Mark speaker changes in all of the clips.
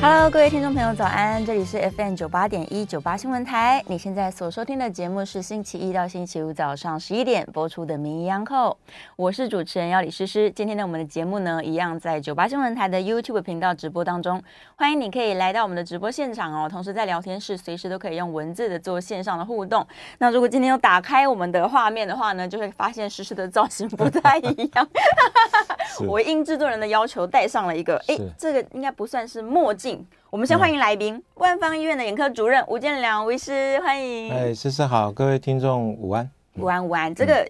Speaker 1: Hello，各位听众朋友，早安！这里是 FM 九八点一九八新闻台，你现在所收听的节目是星期一到星期五早上十一点播出的《名医央叩》，我是主持人要李诗诗。今天呢，我们的节目呢，一样在九八新闻台的 YouTube 频道直播当中，欢迎你可以来到我们的直播现场哦。同时在聊天室，随时都可以用文字的做线上的互动。那如果今天有打开我们的画面的话呢，就会发现诗诗的造型不太一样。
Speaker 2: 是
Speaker 1: 我应制作人的要求戴上了一个，哎、
Speaker 2: 是
Speaker 1: 这个应该不算是墨镜。我们先欢迎来宾，万方医院的眼科主任吴建良吴医师，欢迎。
Speaker 2: 哎，诗诗好，各位听众午安。
Speaker 1: 嗯午安午安，这个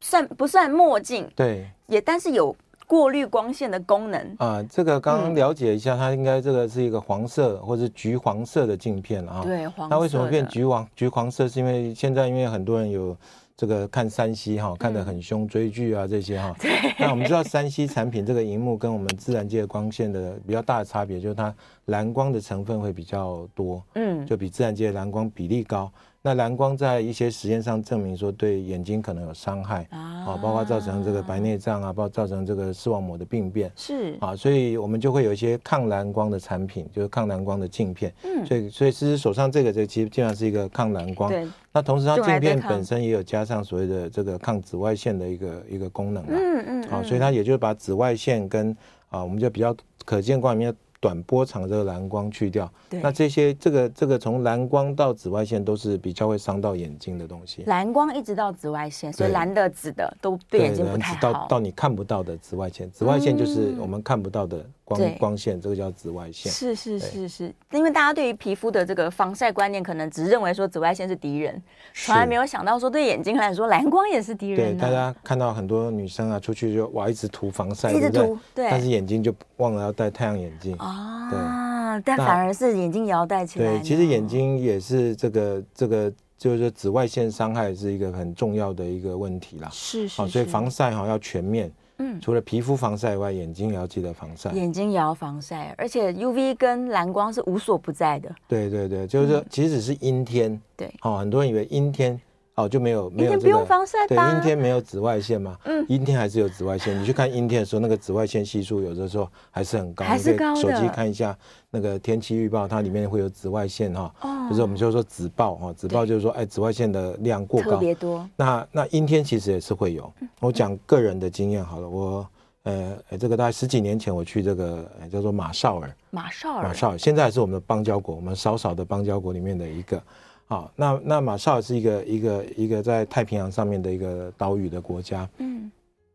Speaker 1: 算不算墨镜？
Speaker 2: 嗯对，
Speaker 1: 也但是有过滤光线的功能。
Speaker 2: 啊、这个
Speaker 1: 嗯
Speaker 2: 刚刚了解一下，它应该这个是一个黄色或是橘黄色的镜片啊。。
Speaker 1: 对，黄色的。
Speaker 2: 那为什么变橘黄橘黄色？是因为现在因为很多人有这个看山西
Speaker 1: 嗯
Speaker 2: 哈，看得很凶，追剧啊这些 哈。那我们知道山西产品这个荧幕跟我们自然界的光线的比较大的差别，就是它蓝光的成分会比较多，
Speaker 1: 嗯，
Speaker 2: 就比自然界的蓝光比例高。那蓝光在一些实验上证明说对眼睛可能有伤害。
Speaker 1: 啊
Speaker 2: 啊，包括造成这个白内障啊，包括造成这个视网膜的病变
Speaker 1: 是
Speaker 2: 啊，所以我们就会有一些抗蓝光的产品，就是抗蓝光的镜片。
Speaker 1: 嗯
Speaker 2: 所以所以其实手上这个这个其实基本上是一个抗蓝光。
Speaker 1: 对，
Speaker 2: 那同时它
Speaker 1: 用来对
Speaker 2: 镜片
Speaker 1: 抗
Speaker 2: 本身也有加上所谓的这个抗紫外线的一个一个功能啊。
Speaker 1: 嗯嗯，
Speaker 2: 啊，
Speaker 1: 嗯
Speaker 2: 所以它也就把紫外线跟啊，我们就比较可见光里面的短波长的这个蓝光去掉。
Speaker 1: 对
Speaker 2: 那这些这个这个从蓝光到紫外线都是比较会伤到眼睛的东西。
Speaker 1: 蓝光一直到紫外线，所以
Speaker 2: 对
Speaker 1: 蓝的、紫的都对眼睛不
Speaker 2: 然
Speaker 1: 太好
Speaker 2: 后到。到你看不到的紫外线，紫外线就是
Speaker 1: 嗯
Speaker 2: 我们看不到的光、
Speaker 1: 对
Speaker 2: 光线，这个叫紫外线。
Speaker 1: 是是
Speaker 2: 对
Speaker 1: 是是，因为大家对于皮肤的这个防晒观念，可能只认为说紫外线是敌人，从来没有想到说对眼睛来说，蓝光也是敌
Speaker 2: 对
Speaker 1: 人、啊。
Speaker 2: 大家看到很多女生啊，出去就哇一直涂防晒，
Speaker 1: 一直
Speaker 2: 对不对
Speaker 1: 涂对哦
Speaker 2: 但是眼睛就忘了要戴太阳眼镜。
Speaker 1: 啊，但
Speaker 2: 那
Speaker 1: 反而是眼睛也要戴起来呢。
Speaker 2: 对，其实眼睛也是这个这个，就是说紫外线伤害是一个很重要的一个问题啦。
Speaker 1: 是是
Speaker 2: 好、
Speaker 1: 是，
Speaker 2: 所以防晒哈、要全面，
Speaker 1: 嗯
Speaker 2: 除了皮肤防晒以外，眼睛也要记得防晒。
Speaker 1: 眼睛也要防晒，而且 UV 跟蓝光是无所不在的。
Speaker 2: 对对对，就是说即使是阴天，
Speaker 1: 嗯对
Speaker 2: 哦，很多人以为阴天哦就没有没有、这
Speaker 1: 天
Speaker 2: 个、
Speaker 1: 不用防晒
Speaker 2: 对，
Speaker 1: 吧
Speaker 2: 阴天没有紫外线嘛，嗯，阴天还是有紫外线。你去看阴天的时候，那个紫外线系数有的时候还是很高，
Speaker 1: 还是
Speaker 2: 你可以
Speaker 1: 高的
Speaker 2: 手机看一下那个天气预报，它里面会有紫外线哈、
Speaker 1: 哦
Speaker 2: 就是我们就说紫报哈、紫报就是说哎紫外线的量过
Speaker 1: 特
Speaker 2: 高，
Speaker 1: 别嗯多，
Speaker 2: 那那阴天其实也是会有。我讲个人的经验好了，我呃哎这个大概十几年前我去这个、哎、叫做马绍尔。
Speaker 1: 马绍尔，
Speaker 2: 马绍尔现在还是我们的邦交国，我们少少的邦交国里面的一个。好，那那马绍尔是一个一个一个在太平洋上面的一个岛屿的国家。
Speaker 1: 嗯，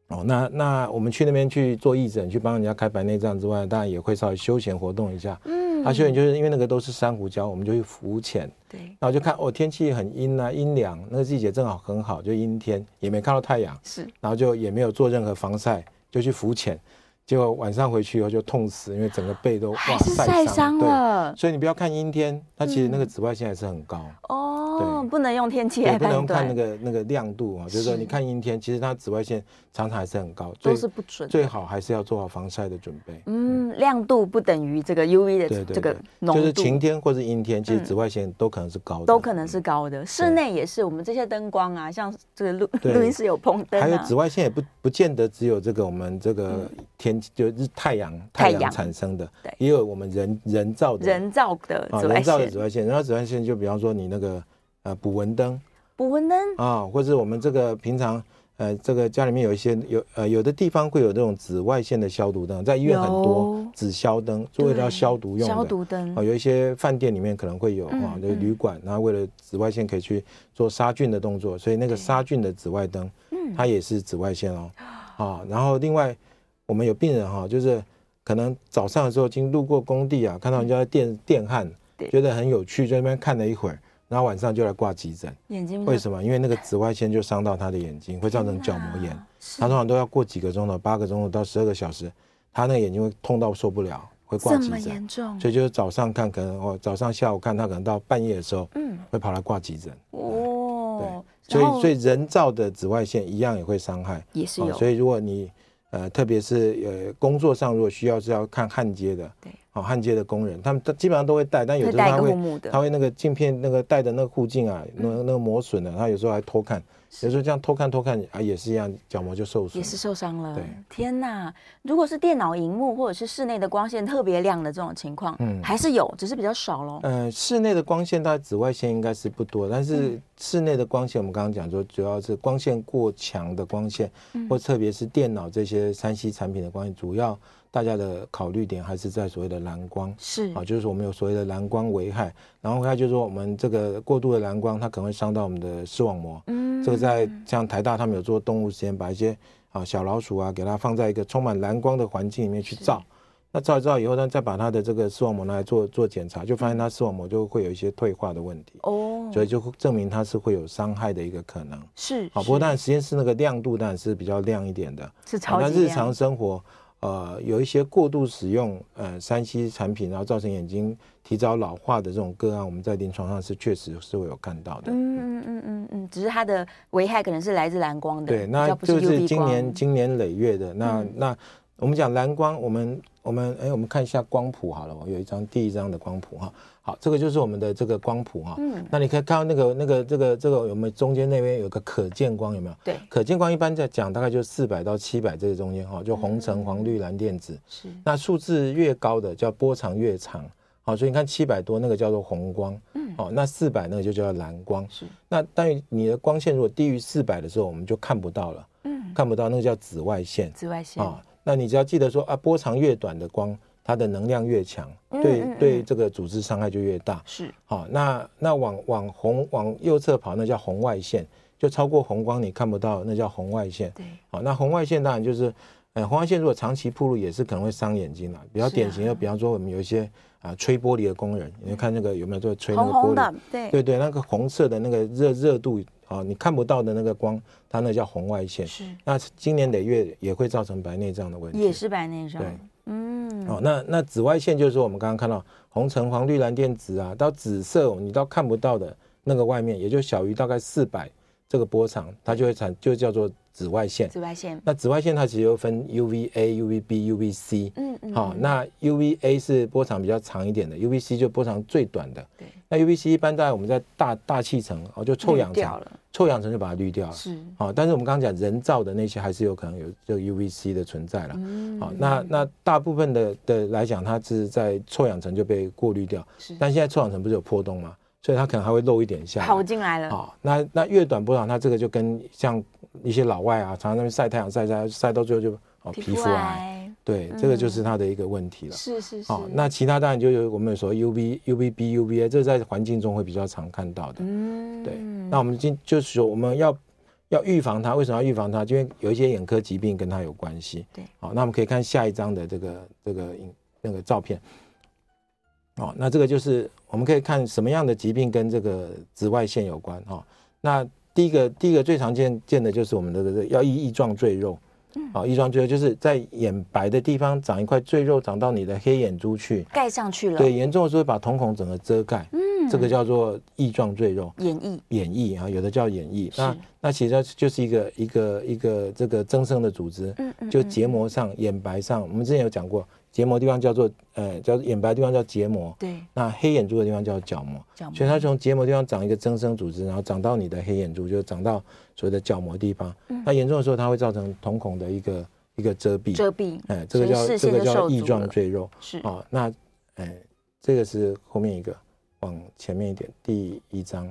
Speaker 2: 哦，那那我们去那边去做义诊，去帮人家开白内障之外，当然也会稍微休闲活动一下。
Speaker 1: 嗯，
Speaker 2: 啊，休闲就是因为那个都是珊瑚礁，我们就去浮潜，
Speaker 1: 对，
Speaker 2: 然后就看哦，天气很阴啊，阴凉，那个季节正好很好，就阴天，也没看到太阳。
Speaker 1: 是
Speaker 2: 然后就也没有做任何防晒，就去浮潜，结果晚上回去以后就痛死，因为整个背都哇
Speaker 1: 还是晒伤
Speaker 2: 对
Speaker 1: 了
Speaker 2: 所以你不要看阴天，它其实那个紫外线还是很高，
Speaker 1: 哦，
Speaker 2: 对
Speaker 1: 不能用天气嗯
Speaker 2: 对，
Speaker 1: 来
Speaker 2: 不能
Speaker 1: 判断，
Speaker 2: 看那个那个亮度啊，就是说
Speaker 1: 是
Speaker 2: 你看阴天，其实它紫外线常常还是很高，
Speaker 1: 都
Speaker 2: 最
Speaker 1: 是不准的。
Speaker 2: 最好还是要做好防晒的准备。
Speaker 1: 嗯，亮度不等于这个 UV
Speaker 2: 对
Speaker 1: 的
Speaker 2: 对
Speaker 1: 这个
Speaker 2: 对，
Speaker 1: 浓
Speaker 2: 就
Speaker 1: 度，
Speaker 2: 是晴天或是阴天，其实
Speaker 1: 嗯
Speaker 2: 紫外线都可能是高的，嗯
Speaker 1: 都可能是高的。室内也是，我们这些灯光啊，像这个录
Speaker 2: 对
Speaker 1: 录音室有棚灯
Speaker 2: 还有
Speaker 1: 啊
Speaker 2: 紫，外线也不不见得只有这个我们这个天气就是太阳
Speaker 1: 嗯太
Speaker 2: 太
Speaker 1: 阳
Speaker 2: 阳产生的
Speaker 1: 对，
Speaker 2: 也有我们人人造的
Speaker 1: 人造的
Speaker 2: 啊，
Speaker 1: 紫外
Speaker 2: 人造的紫
Speaker 1: 线，
Speaker 2: 外线，人造紫外线就比方说你那个呃捕蚊灯
Speaker 1: 捕蚊灯
Speaker 2: 啊，或者我们这个平常呃这个家里面有一些有呃有的地方会有这种紫外线的消毒灯，在医院很多
Speaker 1: 有
Speaker 2: 紫消灯，是为了要消毒用的。
Speaker 1: 消毒灯
Speaker 2: 啊，有一些饭店里面可能会有啊，
Speaker 1: 嗯
Speaker 2: 就是旅馆，然后为了紫外线可以去做杀菌的动作，所以那个杀菌的紫外灯，
Speaker 1: 嗯
Speaker 2: 它也是紫外线 哦。啊，然后另外我们有病人哈、就是可能早上的时候经路过工地啊，看到人家在电电焊
Speaker 1: 嗯对，
Speaker 2: 觉得很有趣，在那边看了一会儿，然后晚上就来挂急诊。
Speaker 1: 眼睛
Speaker 2: 为什么？因为那个紫外线就伤到他的眼睛，会造成角膜炎。
Speaker 1: 啊
Speaker 2: 他通常都要过几个钟头，八个钟头到十二个小时，他那个眼睛会痛到受不了，会挂
Speaker 1: 这
Speaker 2: 急
Speaker 1: 么
Speaker 2: 诊。
Speaker 1: 严重？
Speaker 2: 所以就是早上看，可能哦，早上下午看，他可能到半夜的时候，
Speaker 1: 嗯，
Speaker 2: 会跑来挂急诊。
Speaker 1: 哦，
Speaker 2: 所
Speaker 1: 然后
Speaker 2: 以，所以人造的紫外线一样也会伤害。
Speaker 1: 也是
Speaker 2: 哦
Speaker 1: 有
Speaker 2: 所以如果你呃，特别是呃，工作上如果需要是要看焊接的，
Speaker 1: 对，
Speaker 2: 啊、哦焊接的工人，他们都基本上都会戴，但有
Speaker 1: 会
Speaker 2: 时候
Speaker 1: 戴一
Speaker 2: 他
Speaker 1: 个
Speaker 2: 会
Speaker 1: 护目的嗯
Speaker 2: 他会那个镜片那个戴的那个护镜啊，那那个磨损了，他有时候还偷看，有时候这样偷看偷看啊也是一样，角膜就受损
Speaker 1: 也
Speaker 2: 了。
Speaker 1: 是受伤了
Speaker 2: 对。
Speaker 1: 天哪！如果是电脑荧幕或者是室内的光线特别亮的这种情况，
Speaker 2: 嗯
Speaker 1: 还是有，只是比较少喽。
Speaker 2: 呃，室内的光线，它紫外线应该是不多，但
Speaker 1: 嗯
Speaker 2: 是室内的光线，我们刚刚讲说，主要是光线过强的光线，
Speaker 1: 嗯
Speaker 2: 或特别是电脑这些三 C 产品的光线，主要大家的考虑点还是在所谓的蓝光。
Speaker 1: 是
Speaker 2: 啊，就是我们有所谓的蓝光危害，然后危害就是说我们这个过度的蓝光，它可能会伤到我们的视网膜。
Speaker 1: 嗯
Speaker 2: 这个在像台大他们有做动物实验，把一些啊小老鼠啊，给它放在一个充满蓝光的环境里面去照，那照一照以后呢，再把它的这个视网膜拿来做做检查，就发现它视网膜就会有一些退化的问题，
Speaker 1: 哦，
Speaker 2: 所以就证明它是会有伤害的一个可能。啊
Speaker 1: 是
Speaker 2: 好，不过当然实验室那个亮度当然是比较亮一点的，
Speaker 1: 是超
Speaker 2: 好，那
Speaker 1: 级
Speaker 2: 日常生活，呃，有一些过度使用呃三 C 产品，然后造成眼睛提早老化的这种个案，我们在临床上是确实是会有看到的。
Speaker 1: 嗯嗯嗯嗯嗯，只是它的危害可能是来自蓝光的，
Speaker 2: 对，
Speaker 1: 比
Speaker 2: 那
Speaker 1: 较不
Speaker 2: 就是
Speaker 1: UV
Speaker 2: 今
Speaker 1: 光
Speaker 2: 年今年累月的那、
Speaker 1: 嗯
Speaker 2: 那我们讲蓝光，我们我们哎，我们看一下光谱好了，我有一张第一张的光谱哈。好，这个就是我们的这个光谱哈。
Speaker 1: 嗯
Speaker 2: 那你可以看到那个那个这个这个我们中间那边有个可见光有没有？
Speaker 1: 对
Speaker 2: 可见光一般在讲大概就四百到七百这个中间哈，就红
Speaker 1: 嗯
Speaker 2: 橙黄绿蓝靛紫。
Speaker 1: 是
Speaker 2: 那数字越高的叫波长越长，好、所以你看七百多那个叫做红光，嗯，哦，那四百那个就叫蓝光。
Speaker 1: 是
Speaker 2: 那当然你的光线如果低于四百的时候，我们就看不到了，
Speaker 1: 嗯
Speaker 2: 看不到那个叫紫外线
Speaker 1: 紫外线
Speaker 2: 啊、那你只要记得说啊，波长越短的光，它的能量越强，对、
Speaker 1: 嗯嗯
Speaker 2: 对，这个组织伤害就越大。
Speaker 1: 是
Speaker 2: 好、那那往往红往右侧跑，那叫红外线，就超过红光你看不到，那叫红外线。
Speaker 1: 对
Speaker 2: 好，那红外线当然就是，呃，红外线如果长期暴露也是可能会伤眼睛啦。比较
Speaker 1: 是啊
Speaker 2: 典型的，比方说我们有一些啊、吹玻璃的工人，你看那个有没有在吹那
Speaker 1: 红
Speaker 2: 个玻
Speaker 1: 红
Speaker 2: 璃？
Speaker 1: 的，对
Speaker 2: 对对，那个红色的那个热热度啊、你看不到的那个光，它那叫红外线。
Speaker 1: 是
Speaker 2: 那今年累月也会造成白内障的问题。
Speaker 1: 也是白内障
Speaker 2: 对，
Speaker 1: 嗯
Speaker 2: 哦，那那紫外线就是说我们刚刚看到红橙黄绿蓝靛紫啊，到紫色你到看不到的那个外面，也就小于大概四百这个波长，它就会产就叫做紫外线。
Speaker 1: 紫外线
Speaker 2: 那紫外线它其实又分 UVA、UVB、UVC。
Speaker 1: 嗯嗯
Speaker 2: 好、那 UVA 是波长比较长一点的，UVC 就波长最短的。
Speaker 1: 对
Speaker 2: 那 UVC 一般在我们在大大气层哦，就臭
Speaker 1: 绿
Speaker 2: 氧
Speaker 1: 掉
Speaker 2: 层，
Speaker 1: 了
Speaker 2: 臭氧层就把它滤掉了。
Speaker 1: 是
Speaker 2: 好、但是我们刚刚讲人造的那些还是有可能有这个 UVC 的存在了。
Speaker 1: 嗯
Speaker 2: 好、那那大部分的的来讲，它是在臭氧层就被过滤掉，
Speaker 1: 是
Speaker 2: 但现在臭氧层不是有破洞吗？所以它可能还会漏一点下来。
Speaker 1: 跑进来了，
Speaker 2: 好、那那越短波长，它这个就跟像一些老外啊，常常在那边晒太阳晒晒晒到最后就哦皮肤癌，
Speaker 1: 癌
Speaker 2: 对，这个就是它的一个问题了。
Speaker 1: 是是是
Speaker 2: 好、那其他当然就有我们有说 UV、UVB、UVA，这在环境中会比较常看到的。
Speaker 1: 嗯
Speaker 2: 对，那我们今就是说我们要要预防它，为什么要预防它？因为有一些眼科疾病跟它有关系。
Speaker 1: 对，
Speaker 2: 好、那我们可以看下一张的这个这个影那个照片。哦，那这个就是我们可以看什么样的疾病跟这个紫外线有关哦。那第一个第一个最常见见的就是我们的这个要翼翼状赘肉。好、翼状赘肉就是在眼白的地方长一块赘肉，长到你的黑眼珠去。
Speaker 1: 盖上去了，
Speaker 2: 对，严重的时候会把瞳孔整个遮盖，嗯，这个叫做翼状赘肉。
Speaker 1: 演绎
Speaker 2: 演绎啊，有的叫演绎。那那其实它就是一个一个一个这个增生的组织，
Speaker 1: 嗯嗯
Speaker 2: 就结膜上、眼白上，我们之前有讲过，结膜地方叫做呃叫眼白地方叫结膜，
Speaker 1: 对
Speaker 2: 那黑眼珠的地方叫角膜，
Speaker 1: 角膜
Speaker 2: 所以它从结膜地方长一个增生组织，然后长到你的黑眼珠，就长到所谓的角膜地方。
Speaker 1: 嗯
Speaker 2: 那严重的时候，它会造成瞳孔的一个一个遮蔽，
Speaker 1: 遮蔽
Speaker 2: 哎，这
Speaker 1: 所
Speaker 2: 个
Speaker 1: 以
Speaker 2: 叫
Speaker 1: 视
Speaker 2: 这
Speaker 1: 线
Speaker 2: 个
Speaker 1: 就
Speaker 2: 叫
Speaker 1: 受
Speaker 2: 翼
Speaker 1: 阻
Speaker 2: 状
Speaker 1: 了嗯
Speaker 2: 赘肉。
Speaker 1: 是
Speaker 2: 哦，那哎，这个是后面一个，往前面一点，第一章。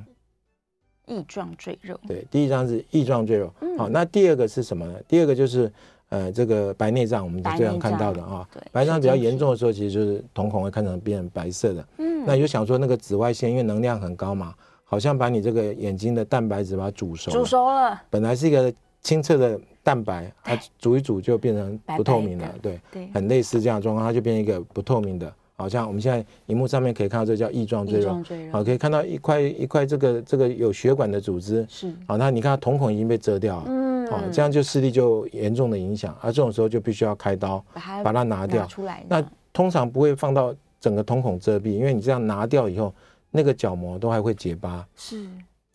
Speaker 1: 翼状赘肉，
Speaker 2: 对，第一张是翼状赘肉。好、那第二个是什么呢？第二个就是呃，这个白内障，我们最常看到的啊。
Speaker 1: 对
Speaker 2: 白内障比较
Speaker 1: 神经
Speaker 2: 严重的时候，其实就是瞳孔会看成变成白色的。
Speaker 1: 嗯
Speaker 2: 那你就想说，那个紫外线因为能量很高嘛，好像把你这个眼睛的蛋白质把它煮熟了。
Speaker 1: 煮熟了，
Speaker 2: 本来是一个清澈的蛋白，它煮一煮就变成不透明了。
Speaker 1: 白白的
Speaker 2: 对，
Speaker 1: 对
Speaker 2: 很类似这样的状况，它就变成一个不透明的。好像我们现在荧幕上面可以看到，这叫翼状赘
Speaker 1: 翼
Speaker 2: 肉
Speaker 1: 状。赘
Speaker 2: 好，
Speaker 1: 肉
Speaker 2: 可以看到一块一块这个这个有血管的组织，
Speaker 1: 是
Speaker 2: 好，那你看它瞳孔已经被遮掉了，
Speaker 1: 嗯
Speaker 2: 好、这样就视力就严重的影响，而、这种时候就必须要开刀
Speaker 1: 把它
Speaker 2: 把它拿掉。
Speaker 1: 出来，
Speaker 2: 那通常不会放到整个瞳孔遮蔽，因为你这样拿掉以后，那个角膜都还会结疤。
Speaker 1: 是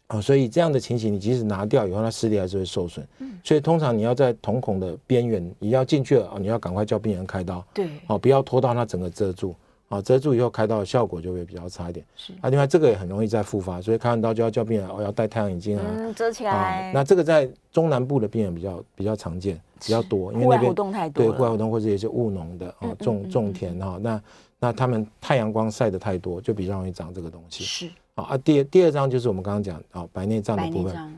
Speaker 2: 哦，所以这样的情形，你即使拿掉以后，它视力还是会受损。
Speaker 1: 嗯
Speaker 2: 所以通常你要在瞳孔的边缘，你要进去了哦，你要赶快叫病人开刀，
Speaker 1: 对
Speaker 2: 哦，不要拖到它整个遮住。哦，遮住以后开刀的效果就会比较差一点。
Speaker 1: 是
Speaker 2: 啊，另外这个也很容易再复发，所以开完刀就要叫病人哦要戴太阳眼镜啊，
Speaker 1: 嗯，遮起
Speaker 2: 啊
Speaker 1: 来，，
Speaker 2: 那这个在中南部的病人比较比较常见，比较多，因为
Speaker 1: 户
Speaker 2: 那
Speaker 1: 外
Speaker 2: 边
Speaker 1: 活动太多嗯
Speaker 2: 对
Speaker 1: 了，
Speaker 2: 户外活动或者也是务农的哦，种种田哈、那那他们太阳光晒得太多，就比较容易长这个东西。
Speaker 1: 是
Speaker 2: 好啊，第第二张就是我们刚刚讲哦，白内障的
Speaker 1: 白
Speaker 2: 部
Speaker 1: 内
Speaker 2: 分
Speaker 1: 障，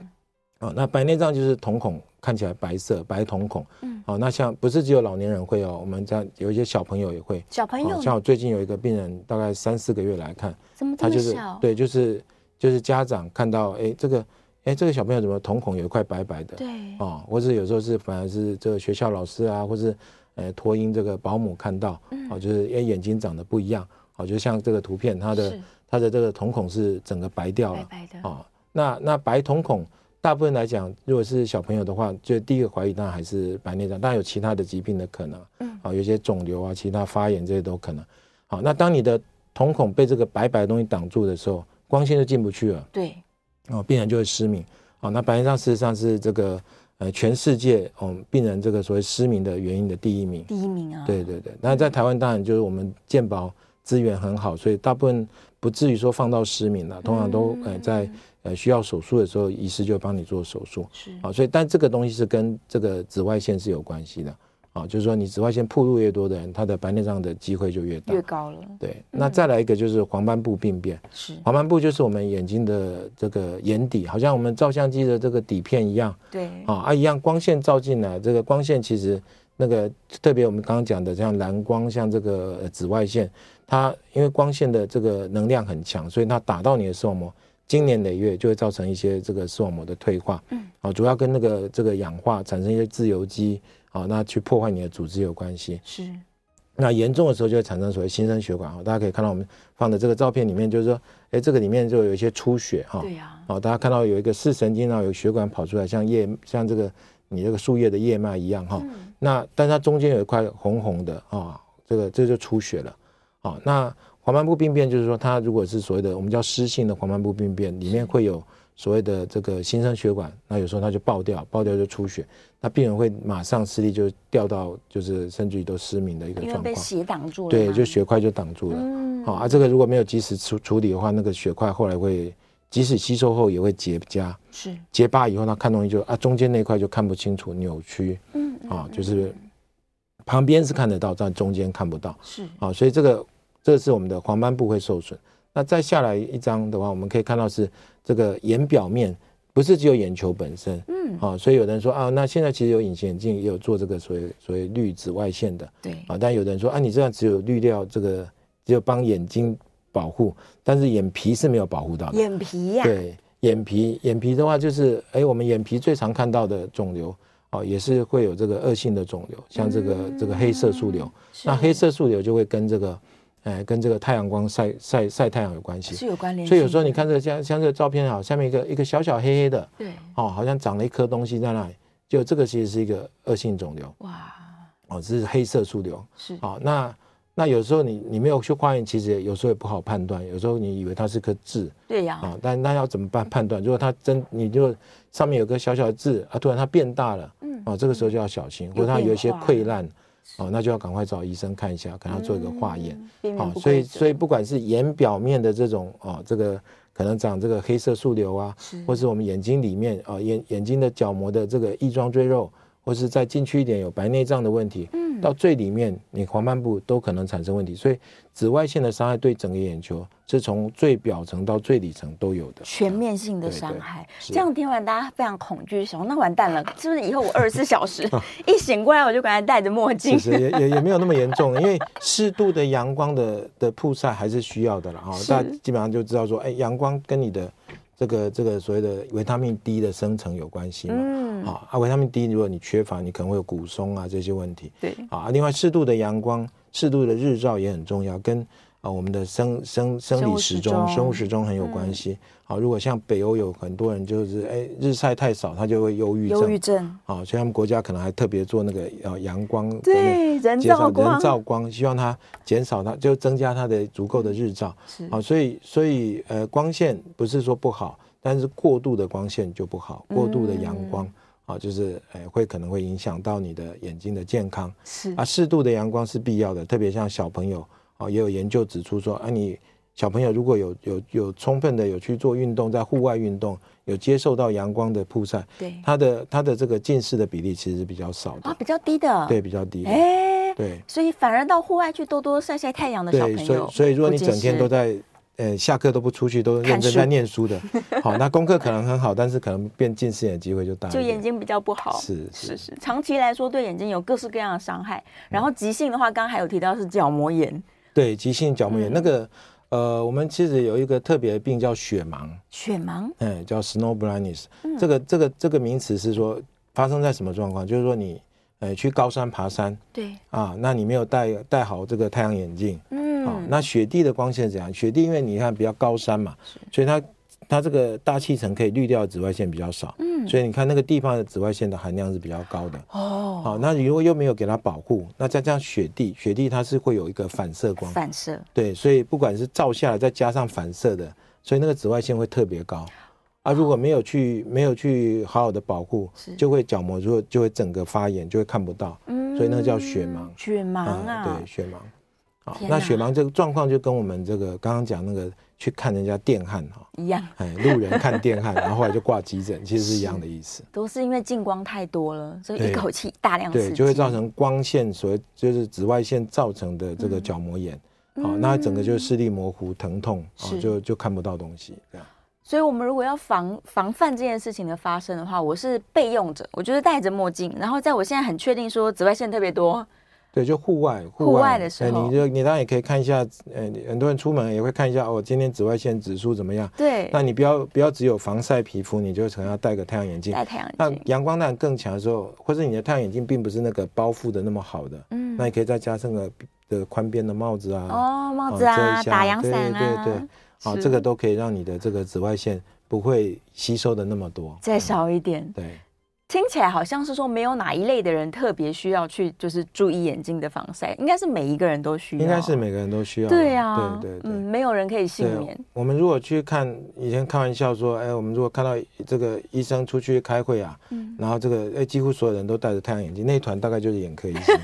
Speaker 2: 哦，那白内障就是瞳孔看起来白色，白瞳孔。
Speaker 1: 嗯
Speaker 2: 哦，那像不是只有老年人会哦，我们家有一些小朋友也会。
Speaker 1: 小朋
Speaker 2: 哦，
Speaker 1: 友
Speaker 2: 像我最近有一个病人，大概三四个月来看，
Speaker 1: 怎么这
Speaker 2: 他
Speaker 1: 么
Speaker 2: 就是
Speaker 1: 小？
Speaker 2: 对，就是就是家长看到哎这个哎这个小朋友怎么瞳孔有一块白白的，
Speaker 1: 对，
Speaker 2: 哦，或是有时候是反而是这个学校老师啊，或是呃托婴这个保姆看到，
Speaker 1: 嗯
Speaker 2: 哦，就是因为眼睛长得不一样，哦，就像这个图片，它的
Speaker 1: 是
Speaker 2: 它的这个瞳孔是整个白掉
Speaker 1: 白
Speaker 2: 了，
Speaker 1: 白的，
Speaker 2: 哦，那那白瞳孔大部分来讲，如果是小朋友的话，就第一个怀疑当然还是白内障，当然有其他的疾病的可能，
Speaker 1: 嗯，
Speaker 2: 哦，有一些肿瘤啊，其他发炎这些都可能，好、那当你的瞳孔被这个白白的东西挡住的时候，光线就进不去了。
Speaker 1: 对，
Speaker 2: 哦，病人就会失明。哦，那白内障事实上是这个呃全世界哦病人这个所谓失明的原因的第一名。
Speaker 1: 第一名啊，
Speaker 2: 对对对，那在台湾当然就是我们健保资源很好，所以大部分不至于说放到失明
Speaker 1: 嗯
Speaker 2: 了，通常都呃在呃需要手术的时候，医师就帮你做手术。
Speaker 1: 是
Speaker 2: 啊、所以但这个东西是跟这个紫外线是有关系的。啊、就是说你紫外线暴露越多的人，他的白内障的机会就越大
Speaker 1: 越。嗯高了，
Speaker 2: 对，那再来一个就是黄斑部病变。
Speaker 1: 是
Speaker 2: 黄斑部就是我们眼睛的这个眼底，好像我们照相机的这个底片一样
Speaker 1: 对，
Speaker 2: 啊，啊一样光线照进来，这个光线其实那个特别我们刚刚讲的像蓝光，像这个呃紫外线，它因为光线的这个能量很强，所以它打到你的视网膜，经年累月就会造成一些这个视网膜的退化，嗯，啊，主要跟那个这个氧化产生一些自由基，啊，那去破坏你的组织有关系。
Speaker 1: 是
Speaker 2: 那严重的时候就会产生所谓新生血管啊、哦，大家可以看到我们放的这个照片里面，就是说，哎，这个里面就有一些出血哈、哦，
Speaker 1: 对啊呀，
Speaker 2: 哦，大家看到有一个视神经啊，有血管跑出来，像叶像这个你这个树叶的叶脉一样哈、
Speaker 1: 嗯
Speaker 2: 那但它中间有一块红红的啊、哦，这个这就出血了。哦，那黄斑部病变就是说，它如果是所谓的我们叫湿性的黄斑部病变，里面会有所谓的这个新生血管，那有时候它就爆掉，爆掉就出血，那病人会马上视力就掉到就是甚至于都失明的一个
Speaker 1: 因为
Speaker 2: 状
Speaker 1: 被
Speaker 2: 况。
Speaker 1: 血挡住了嘛，
Speaker 2: 对，就血块就挡住了。
Speaker 1: 嗯，
Speaker 2: 好、啊，这个如果没有及时处处理的话，那个血块后来会，即使吸收后也会结痂，
Speaker 1: 是
Speaker 2: 结疤以后呢，看东西就啊中间那一块就看不清楚，扭曲
Speaker 1: 嗯嗯
Speaker 2: 啊，就是旁边是看得到，但中间看不到
Speaker 1: 是
Speaker 2: 啊，所以这个这是我们的黄斑部会受损。那再下来一张的话，我们可以看到是这个眼表面，不是只有眼球本身，
Speaker 1: 嗯
Speaker 2: 啊，所以有的人说啊，那现在其实有隐形眼镜也有做这个所谓所谓滤紫外线的，
Speaker 1: 对
Speaker 2: 啊，但有的人说啊，你这样只有滤掉这个，只有帮眼睛保护，但是眼皮是没有保护到的。
Speaker 1: 眼皮呀，
Speaker 2: 对，眼皮，眼皮的话就是，哎，我们眼皮最常看到的肿瘤，哦，也是会有这个恶性的肿瘤，像这个、这个黑色素
Speaker 1: 嗯
Speaker 2: 瘤，那黑色素瘤就会跟这个，哎，跟这个太阳光晒晒晒太阳有关系。
Speaker 1: 是有关联性的，
Speaker 2: 所以有时候你看这个像像这个照片啊，下面一个一个小小黑黑的，
Speaker 1: 对
Speaker 2: 哦，好像长了一颗东西在那里，就这个其实是一个恶性肿瘤，
Speaker 1: 哇
Speaker 2: 哦，这是黑色素瘤。
Speaker 1: 是
Speaker 2: 好、那那有时候你你没有去化验，其实也有时候也不好判断。有时候你以为它是颗痣
Speaker 1: 对呀
Speaker 2: 啊、，但那要怎么办判断？如果它真，你就上面有个小小的痣啊，突然它变大了，
Speaker 1: 嗯
Speaker 2: 哦，这个时候就要小心，或者它有一些溃烂，哦，那就要赶快找医生看一下，给它做一个化验。
Speaker 1: 边嗯
Speaker 2: 好、
Speaker 1: 缘不
Speaker 2: 所以
Speaker 1: 规则
Speaker 2: 所以不管是眼表面的这种哦，这个可能长这个黑色素瘤啊，
Speaker 1: 是
Speaker 2: 或是我们眼睛里面啊、哦眼眼睛的角膜的这个翼状赘肉，或是再进去一点有白内障的问题，嗯，到最里面你黄斑部都可能产生问题，所以紫外线的伤害对整个眼球是从最表层到最里层都有的。
Speaker 1: 全面性的
Speaker 2: 对
Speaker 1: 伤
Speaker 2: 对
Speaker 1: 害。
Speaker 2: 是
Speaker 1: 这样听完，大家非常恐惧，想说那完蛋了，是不是以后我二十四小 时一醒过来我就赶快戴着墨镜
Speaker 2: 其？实也也也没有那么严重，因为适度的阳光的的曝晒还是需要的了哈。
Speaker 1: 是
Speaker 2: 大家基本上就知道说，哎，阳光跟你的这个这个所谓的维他命 D 的生成有关系嘛。
Speaker 1: 嗯
Speaker 2: 啊啊，维他命 D 如果你缺乏，你可能会有骨松啊这些问题。
Speaker 1: 对，
Speaker 2: 啊，另外适度的阳光、适度的日照也很重要，跟啊我们的生生生
Speaker 1: 生
Speaker 2: 理
Speaker 1: 物
Speaker 2: 时
Speaker 1: 时
Speaker 2: 钟、
Speaker 1: 钟嗯
Speaker 2: 生物时钟很有关系。好、如果像北欧有很多人就是哎日晒太少，他就会忧郁
Speaker 1: 忧郁
Speaker 2: 症。
Speaker 1: 症，
Speaker 2: 啊，所以他们国家可能还特别做那个呃阳光
Speaker 1: 对，人
Speaker 2: 减少
Speaker 1: 造
Speaker 2: 人
Speaker 1: 光
Speaker 2: 造光，希望它减少它，就增加它的足够的日照。
Speaker 1: 是
Speaker 2: 好、所以所以呃，光线不是说不好，但是过度的光线就不好，过度的阳光
Speaker 1: 嗯
Speaker 2: 啊、就是呃会可能会影响到你的眼睛的健康
Speaker 1: 是
Speaker 2: 啊啊。适度的阳光是必要的，特别像小朋友哦，也有研究指出说，啊，你小朋友如果有有有充分的有去做运动，在户外运动，有接受到阳光的曝晒，
Speaker 1: 对
Speaker 2: 他的他的这个近视的比例其实是比较少的，
Speaker 1: 啊，比较低的，
Speaker 2: 对，，比较低的，
Speaker 1: 哎，
Speaker 2: 对
Speaker 1: 所以反而到户外去多多晒晒太阳的小
Speaker 2: 对，
Speaker 1: 朋
Speaker 2: 所
Speaker 1: 友，
Speaker 2: 以所以如果你
Speaker 1: 不近
Speaker 2: 整天
Speaker 1: 视
Speaker 2: 都在。呃，下课都不出去，都认
Speaker 1: 看
Speaker 2: 真在
Speaker 1: 书
Speaker 2: 念书的。好，那功课可能很好，但是可能变近视眼的机会就大一
Speaker 1: 就
Speaker 2: 点。
Speaker 1: 眼睛比较不好，
Speaker 2: 是嗯
Speaker 1: 是
Speaker 2: 是
Speaker 1: 是，长期来说对眼睛有各式各样的伤害。然后急性的话，刚刚还有提到是角膜炎、
Speaker 2: 对，急性角膜炎、
Speaker 1: 嗯
Speaker 2: 那个，呃，我们其实有一个特别的病叫雪盲，
Speaker 1: 血盲，
Speaker 2: 嗯，叫 snow blindness、这
Speaker 1: 嗯
Speaker 2: 个这个这个名词是说发生在什么状况？就是说你呃去高山爬山
Speaker 1: 对，
Speaker 2: 啊，那你没有戴戴好这个太阳眼镜啊、
Speaker 1: 嗯，
Speaker 2: 那雪地的光线是怎样？雪地因为你看比较高山嘛，所以它它这个大气层可以滤掉的紫外线比较少，
Speaker 1: 嗯
Speaker 2: 所以你看那个地方的紫外线的含量是比较高的。
Speaker 1: 哦，
Speaker 2: 好、那如果又没有给它保护，那再加上雪地，雪地它是会有一个反射光，
Speaker 1: 反射
Speaker 2: 对，所以不管是照下来再加上反射的，所以那个紫外线会特别高。啊，如果没有去没有去好好的保护
Speaker 1: 是，
Speaker 2: 就会角膜就会就会整个发炎，就会看不到，所以那个叫雪盲。
Speaker 1: 血盲啊，
Speaker 2: 对，血盲。好，
Speaker 1: 天
Speaker 2: 那
Speaker 1: 哪
Speaker 2: 血盲这个状况就跟我们这个刚刚讲那个去看人家电焊哈，
Speaker 1: 一样，
Speaker 2: 哎，路人看电焊，然后后来就挂急诊，其实是一样的意思。
Speaker 1: 都是因为近光太多了，所以
Speaker 2: 对
Speaker 1: 一口气大量刺
Speaker 2: 对，
Speaker 1: 激，
Speaker 2: 就会造成光线所谓就是紫外线造成的这个
Speaker 1: 嗯
Speaker 2: 角膜炎，好、那整个就是视力模糊、疼痛，哦
Speaker 1: 是，
Speaker 2: 就就看不到东西这样。
Speaker 1: 所以，我们如果要防防范这件事情的发生的话，我是备用者，我就是戴着墨镜，然后在我现在很确定说紫外线特别 多，
Speaker 2: 对，就户外，
Speaker 1: 户
Speaker 2: 户
Speaker 1: 外的时
Speaker 2: 呃
Speaker 1: 候
Speaker 2: 你就你当然也可以看一下，呃，你很多人出门也会看一下，哦，今天紫外线指数怎么样？
Speaker 1: 对，
Speaker 2: 那你不要不要只有防晒皮肤，你就可能要戴个太阳眼镜。
Speaker 1: 戴太阳
Speaker 2: 那
Speaker 1: 眼镜，
Speaker 2: 阳光量更强的时候，或者你的太阳眼镜并不是那个包覆的那么好的，
Speaker 1: 嗯
Speaker 2: 那你可以再加上个的宽边的帽子啊，
Speaker 1: 哦，帽
Speaker 2: 哦
Speaker 1: 子
Speaker 2: 遮
Speaker 1: 啊，
Speaker 2: 一下
Speaker 1: 打阳伞啊，
Speaker 2: 对对对，好，
Speaker 1: 是
Speaker 2: 这个都可以让你的这个紫外线不会吸收的那么多，嗯
Speaker 1: 再少一点。
Speaker 2: 对。
Speaker 1: 听起来好像是说没有哪一类的人特别需要去就是注意眼睛的防晒，应该是每一个人都需要，
Speaker 2: 应该是每个人都需要的。
Speaker 1: 对啊，
Speaker 2: 对对对。
Speaker 1: 嗯，没有人可以幸
Speaker 2: 对
Speaker 1: 免，
Speaker 2: 我们如果去看，以前开玩笑说，哎，我们如果看到这个医生出去开会啊，
Speaker 1: 嗯
Speaker 2: 然后这个哎几乎所有人都戴着太阳眼镜，那一团大概就是眼科医 生。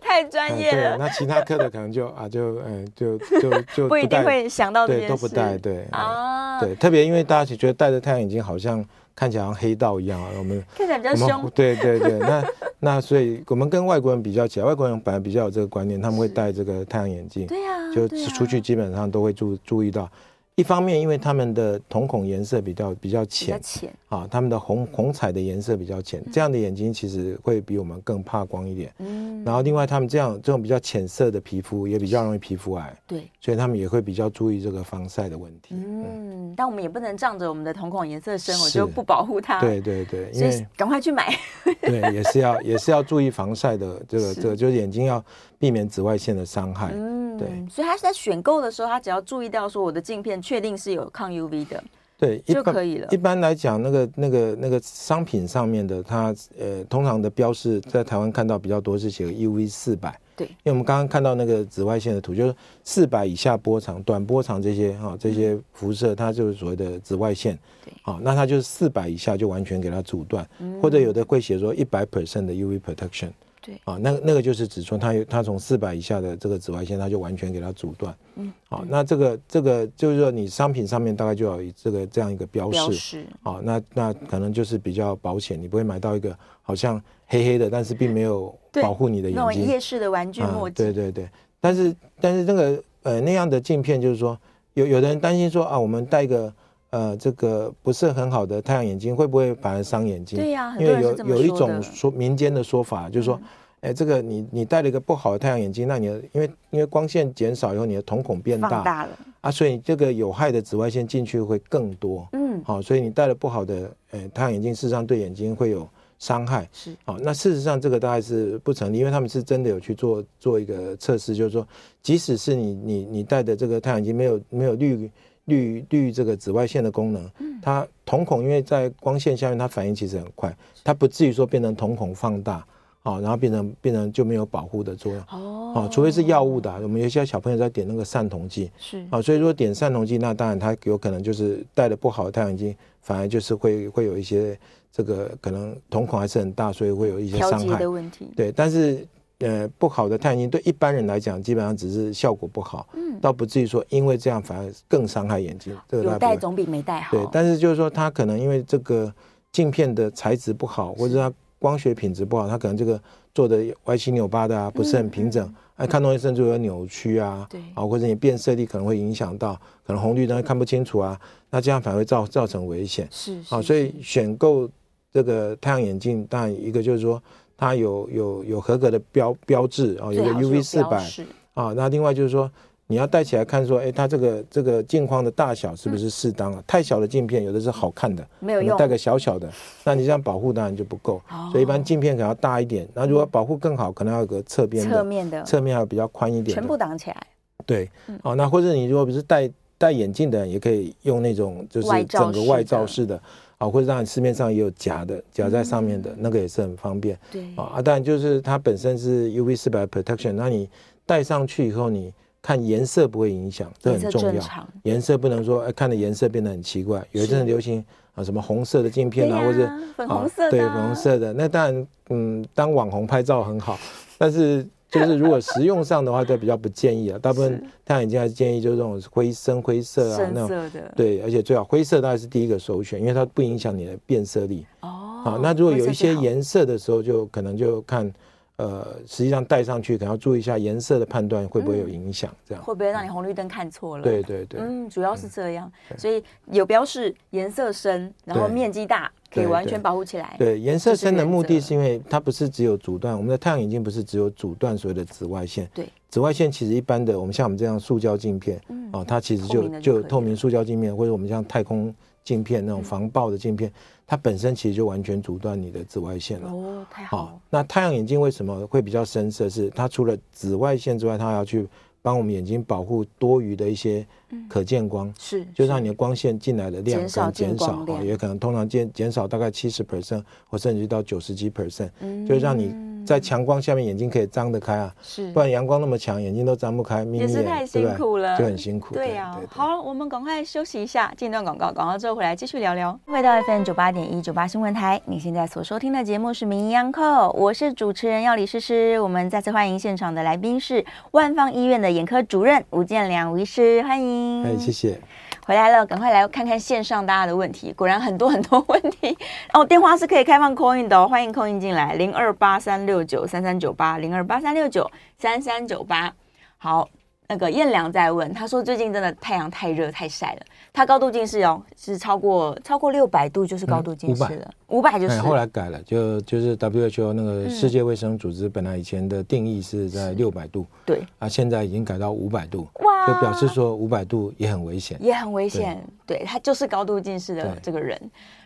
Speaker 1: 太
Speaker 2: 哎
Speaker 1: 专业
Speaker 2: 对，
Speaker 1: 了，
Speaker 2: 那其他科的可能就啊就哎就就就
Speaker 1: 不一定
Speaker 2: 戴
Speaker 1: 会想到这件
Speaker 2: 对
Speaker 1: 事，
Speaker 2: 都不戴对啊
Speaker 1: 啊，
Speaker 2: 对，特别因为大家觉得戴着太阳眼镜好像看起来好像黑道一样啊，我们
Speaker 1: 看起来比较
Speaker 2: 我
Speaker 1: 凶
Speaker 2: 们，对对对，那那所以我们跟外国人比较起来，外国人本来比较有这个观念，他们会戴这个太阳眼镜，
Speaker 1: 对呀、啊，
Speaker 2: 就
Speaker 1: 对啊
Speaker 2: 出去基本上都会注注意到。一方面，因为他们的瞳孔颜色比较比较
Speaker 1: 比较
Speaker 2: 浅
Speaker 1: 浅，
Speaker 2: 啊，他们的红红彩的颜色比较浅，这样的眼睛其实会比我们更怕光一点。
Speaker 1: 嗯，
Speaker 2: 然后，另外他们这样这种比较浅色的皮肤也比较容易皮肤癌，
Speaker 1: 对，
Speaker 2: 所以他们也会比较注意这个防晒的问题。
Speaker 1: 嗯，但我们也不能仗着我们的瞳孔颜色深，我
Speaker 2: 是
Speaker 1: 就不保护它，，
Speaker 2: 对对对，因
Speaker 1: 所
Speaker 2: 为
Speaker 1: 以赶快去买，
Speaker 2: 对，也是要也是要注意防晒的，这个
Speaker 1: 是
Speaker 2: 这个就是眼睛要避免紫外线的伤害。
Speaker 1: 嗯，
Speaker 2: 对，
Speaker 1: 所以他在选购的时候，他只要注意到说我的镜片确定是有抗 UV 的，
Speaker 2: 对，一
Speaker 1: 就
Speaker 2: 般
Speaker 1: 可以了
Speaker 2: 一般来讲，那个那个那个商品上面的它呃，通常的标示在台湾看到比较多是写个 UV 四百。
Speaker 1: 对
Speaker 2: 因为我们刚刚看到那个紫外线的图，就是四百以下波长、短波长这些哈、这些辐射，它就是所谓的紫外线。
Speaker 1: 嗯对嗯
Speaker 2: 好、那它就是四百以下就完全给它阻断，或者有的会写说一百 percent 的 UV protection。
Speaker 1: 对，
Speaker 2: 啊，那个那个就是指说它有它从四百以下的这个紫外线，它就完全给它阻断。
Speaker 1: 嗯，
Speaker 2: 好、那这个这个就是说你商品上面大概就要有这个这样一个标
Speaker 1: 标
Speaker 2: 示。
Speaker 1: 识，
Speaker 2: 好、那那可能就是比较保险，你不会买到一个好像黑黑的，但是并没有
Speaker 1: 对
Speaker 2: 保护你的
Speaker 1: 那
Speaker 2: 眼
Speaker 1: 种
Speaker 2: 睛。
Speaker 1: 夜市的玩具墨
Speaker 2: 嗯。
Speaker 1: 镜，
Speaker 2: 对对对，但是但是那个呃那样的镜片，就是说有有的人担心说啊，我们戴一个呃这个不是很好的太阳眼镜，会不会反而伤眼睛？
Speaker 1: 对呀很
Speaker 2: 因
Speaker 1: 多人
Speaker 2: 为
Speaker 1: 是
Speaker 2: 有
Speaker 1: 这么
Speaker 2: 有一
Speaker 1: 说的嗯
Speaker 2: 种说民间的说法，就是说。哎，这个你你戴了一个不好的太阳眼镜，那你的因为因为光线减少以后，你的瞳孔变
Speaker 1: 放
Speaker 2: 大
Speaker 1: 大了，
Speaker 2: 啊，所以这个有害的紫外线进去会更多。
Speaker 1: 嗯，
Speaker 2: 好、所以你戴了不好的呃太阳眼镜，事实上对眼睛会有伤害。
Speaker 1: 是
Speaker 2: 好、哦那事实上这个大概是不成立，因为他们是真的有去做做一个测试，就是说，即使是你你你戴的这个太阳眼镜没有没有滤滤滤这个紫外线的功能，它瞳孔因为在光线下面它反应其实很快，它不至于说变成瞳孔放大，好、然后变成变成就没有保护的作用。
Speaker 1: 哦
Speaker 2: 哦，除非是药物的啊、我们有一些小朋友在点那个散瞳剂，
Speaker 1: 是
Speaker 2: 啊，所以如果点散瞳剂，那当然它有可能就是戴的不好的太阳镜，反而就是会会有一些这个可能瞳孔还是很大，所以会有一些
Speaker 1: 调
Speaker 2: 伤
Speaker 1: 节
Speaker 2: 害
Speaker 1: 的。问题，
Speaker 2: 对，但是呃不好的碳因，对一般人来讲，基本上只是效果不好，嗯，倒不至于说因为这样反而更伤害眼睛。这个大
Speaker 1: 有
Speaker 2: 家不
Speaker 1: 戴
Speaker 2: 会
Speaker 1: 总比没戴好。
Speaker 2: 对，但是就是说，它可能因为这个镜片的材质不好，或者它光学品质不好，它可能这个做的歪七扭八的啊，不是很平整，哎、看东西甚至有扭曲啊，
Speaker 1: 嗯对
Speaker 2: 啊，或者你变色力可能会影响到，可能红绿灯看不清楚啊，那这样反而会造造成危险。
Speaker 1: 是是
Speaker 2: 啊，所以
Speaker 1: 是
Speaker 2: 选购这个太阳眼镜，当然一个就是说它有有有合格的标标志啊，有
Speaker 1: 最
Speaker 2: 个
Speaker 1: 好是有
Speaker 2: UV 四
Speaker 1: 标
Speaker 2: 百
Speaker 1: 识
Speaker 2: 啊，那另外就是说你要戴起来看说，哎，它这个这个镜框的大小是不是适当啊？太小的镜片有的是好看的，
Speaker 1: 没有
Speaker 2: 你
Speaker 1: 用，哦
Speaker 2: 戴个小小的，那你这样保护当然就不够，所以一般镜片可能要大一点。那如果保护更好，可能要有个侧边
Speaker 1: 侧
Speaker 2: 的，
Speaker 1: 面的
Speaker 2: 侧面要比较宽一点的，
Speaker 1: 全部嗯挡起来，
Speaker 2: 对，哦，那或者你如果不是戴戴眼镜的人，也可以用那种就是
Speaker 1: 外罩
Speaker 2: 整个外
Speaker 1: 式的
Speaker 2: 罩式的，啊、或者让你市面上也有夹的，夹在上面
Speaker 1: 嗯
Speaker 2: 的、那个也是很方便
Speaker 1: 对
Speaker 2: 啊。啊，当然就是它本身是 UV 四百 protection，那你戴上去以后，你看颜色不会影响，这
Speaker 1: 颜
Speaker 2: 很
Speaker 1: 色
Speaker 2: 重
Speaker 1: 正
Speaker 2: 要。
Speaker 1: 常。
Speaker 2: 颜色不能说，哎，看的颜色变得很奇怪。有一阵流行啊，什么红色的镜片啊，
Speaker 1: 对呀
Speaker 2: 或者
Speaker 1: 粉
Speaker 2: 啊
Speaker 1: 红色的啊
Speaker 2: 对，粉红色的。那当然，嗯，当网红拍照很好，但是就是如果实用上的话，就比较不建议了。大部分太阳眼镜还是建议就是这种灰深灰色啊
Speaker 1: 深
Speaker 2: 那种。
Speaker 1: 色的
Speaker 2: 对，而且最好灰色当然是第一个首选，因为它不影响你的变色力。
Speaker 1: 哦
Speaker 2: 好，那如果
Speaker 1: 灰
Speaker 2: 有
Speaker 1: 色
Speaker 2: 一些
Speaker 1: 最好
Speaker 2: 颜色的时候，就可能就看，呃，实际上戴上去可能要注意一下颜色的判断会不会有影响，这样。
Speaker 1: 嗯会不会让你红绿灯看错了？
Speaker 2: 嗯对对对。
Speaker 1: 嗯，主要是这样，所以有标示颜色深，然后
Speaker 2: 对
Speaker 1: 面积大，可以
Speaker 2: 对
Speaker 1: 完
Speaker 2: 对
Speaker 1: 全保护起来。
Speaker 2: 对，颜色深的目的
Speaker 1: 原则
Speaker 2: 是因为它不是只有阻断，我们的太阳眼镜不是只有阻断所谓的紫外线。
Speaker 1: 对，
Speaker 2: 紫外线其实一般的，我们像我们这样塑胶镜片，
Speaker 1: 嗯
Speaker 2: 哦，它其实
Speaker 1: 透
Speaker 2: 就
Speaker 1: 明的就可
Speaker 2: 就
Speaker 1: 以嗯
Speaker 2: 透明塑胶镜片，或者我们像太空镜片那种防爆的镜片，它本身其实就完全阻断你的紫外线了。
Speaker 1: 哦，太好
Speaker 2: 好
Speaker 1: 了，，
Speaker 2: 那太阳眼镜为什么会比较深色？是它除了紫外线之外，它还要去帮我们眼睛保护多余的一些可见光。
Speaker 1: 是
Speaker 2: 就让你的光线进来的量
Speaker 1: 嗯减少
Speaker 2: 跟减
Speaker 1: 见
Speaker 2: 少
Speaker 1: 光
Speaker 2: 啊，
Speaker 1: 量
Speaker 2: 也可能通常减减少大概七十 percent 或甚至到九十几 percent，
Speaker 1: 嗯
Speaker 2: 就让你在强光下面眼睛可以张得开啊，
Speaker 1: 是
Speaker 2: 不然阳光那么强，眼睛都张不开，眯
Speaker 1: 也
Speaker 2: 眯
Speaker 1: 是太
Speaker 2: 眼，对
Speaker 1: 辛
Speaker 2: 不
Speaker 1: 苦了
Speaker 2: 对？就很辛 苦。
Speaker 1: 对呀、
Speaker 2: 对对
Speaker 1: 好，我们赶快休息一下，进一段广告，广告之后回来继续聊聊。回到 FM 九八点一九八新闻台，你现在所收听的节目是《名医央叩》，我是主持人要李诗诗。我们再次欢迎现场的来宾是万方医院的眼科主任吴建良吴医师，欢迎。
Speaker 2: 哎，谢谢。
Speaker 1: 回来了，赶快来看看线上大家的问题，果然很多很多问题 哦。电话是可以开放 call in 的、哦，欢迎 call in 进来，零二八三六九三三九八，零二八三六九三三九八。好，那个燕良在问，他说最近真的太阳太热太晒了，他高度近视哦，是超过超过六百度就是高度近视了，五百、就是
Speaker 2: 哎，
Speaker 1: 了。
Speaker 2: 后来改了，就就是 WHO 那个
Speaker 1: 嗯
Speaker 2: 世界卫生组织本来以前的定义是在六百度，
Speaker 1: 对，
Speaker 2: 啊，现在已经改到五百度，
Speaker 1: 哇
Speaker 2: 就表示说五百度也很危险。
Speaker 1: 也很危险。对他就是高度近视的
Speaker 2: 对
Speaker 1: 这个人，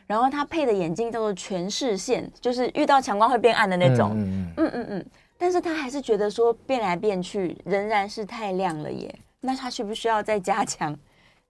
Speaker 1: 然后他配的眼镜叫做全视线，就是遇到强光会变暗的那种。
Speaker 2: 嗯嗯嗯
Speaker 1: 嗯嗯嗯，但是他还是觉得说变来变去仍然是太亮了耶。那他需不需要再加强？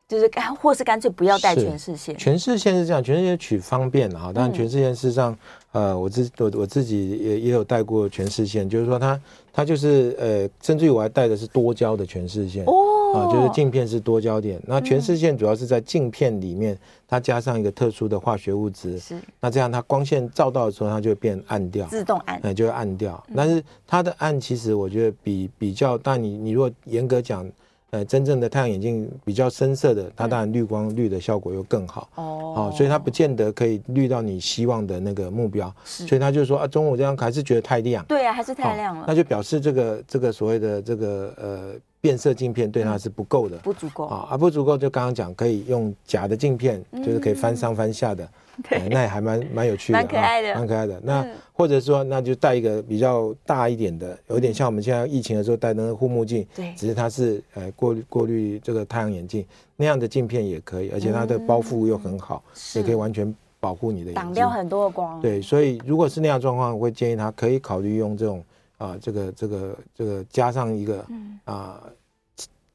Speaker 1: 就是干，或是干脆不要戴
Speaker 2: 是
Speaker 1: 全视线？
Speaker 2: 全视线是这样，全视线取方便了哈。当
Speaker 1: 嗯
Speaker 2: 然，全视线事实上，呃，我自我我自己也也有戴过全视线，就是说它它就是呃，甚至于我还戴的是多焦的全视线。
Speaker 1: 哦嗯
Speaker 2: 啊，就是镜片是多焦点，那全视线主要是在镜片里面，它加上一个特殊的化学物质，
Speaker 1: 是
Speaker 2: 那这样它光线照到的时候，它就会变暗掉。
Speaker 1: 自动按，
Speaker 2: 哎，就会暗掉。但是它的暗其实我觉得比比较，但你你如果严格讲，呃，真正的太阳眼镜比较深色的，它当然绿光绿的效果又更好。
Speaker 1: 嗯哦
Speaker 2: 哦，所以它不见得可以绿到你希望的那个目标，
Speaker 1: 是
Speaker 2: 所以他就说啊，中午这样还是觉得太亮，
Speaker 1: 对啊，还是太
Speaker 2: 哦
Speaker 1: 亮了，
Speaker 2: 那就表示这个这个所谓的这个呃变色镜片对
Speaker 1: 嗯
Speaker 2: 它是不够的。
Speaker 1: 不足够。
Speaker 2: 啊，啊不足够，就刚刚讲可以用假的镜片，就是可以翻上翻下的，
Speaker 1: 嗯 对
Speaker 2: 哎那也还蛮蛮有趣的，
Speaker 1: 蛮可爱的
Speaker 2: 啊蛮可爱的。那
Speaker 1: 嗯
Speaker 2: 或者说，那就戴一个比较大一点的，有点
Speaker 1: 嗯
Speaker 2: 像我们现在疫情的时候戴的那个护目镜，
Speaker 1: 对
Speaker 2: 只是它是呃过滤过滤这个太阳眼镜那样的镜片也可以，而且它的包覆又很好，
Speaker 1: 嗯是
Speaker 2: 也可以完全保护你的眼睛，
Speaker 1: 挡掉很多的光，
Speaker 2: 对，所以如果是那样的状况，我会建议他可以考虑用这种啊、这个这个这个加上一个
Speaker 1: 嗯
Speaker 2: 啊、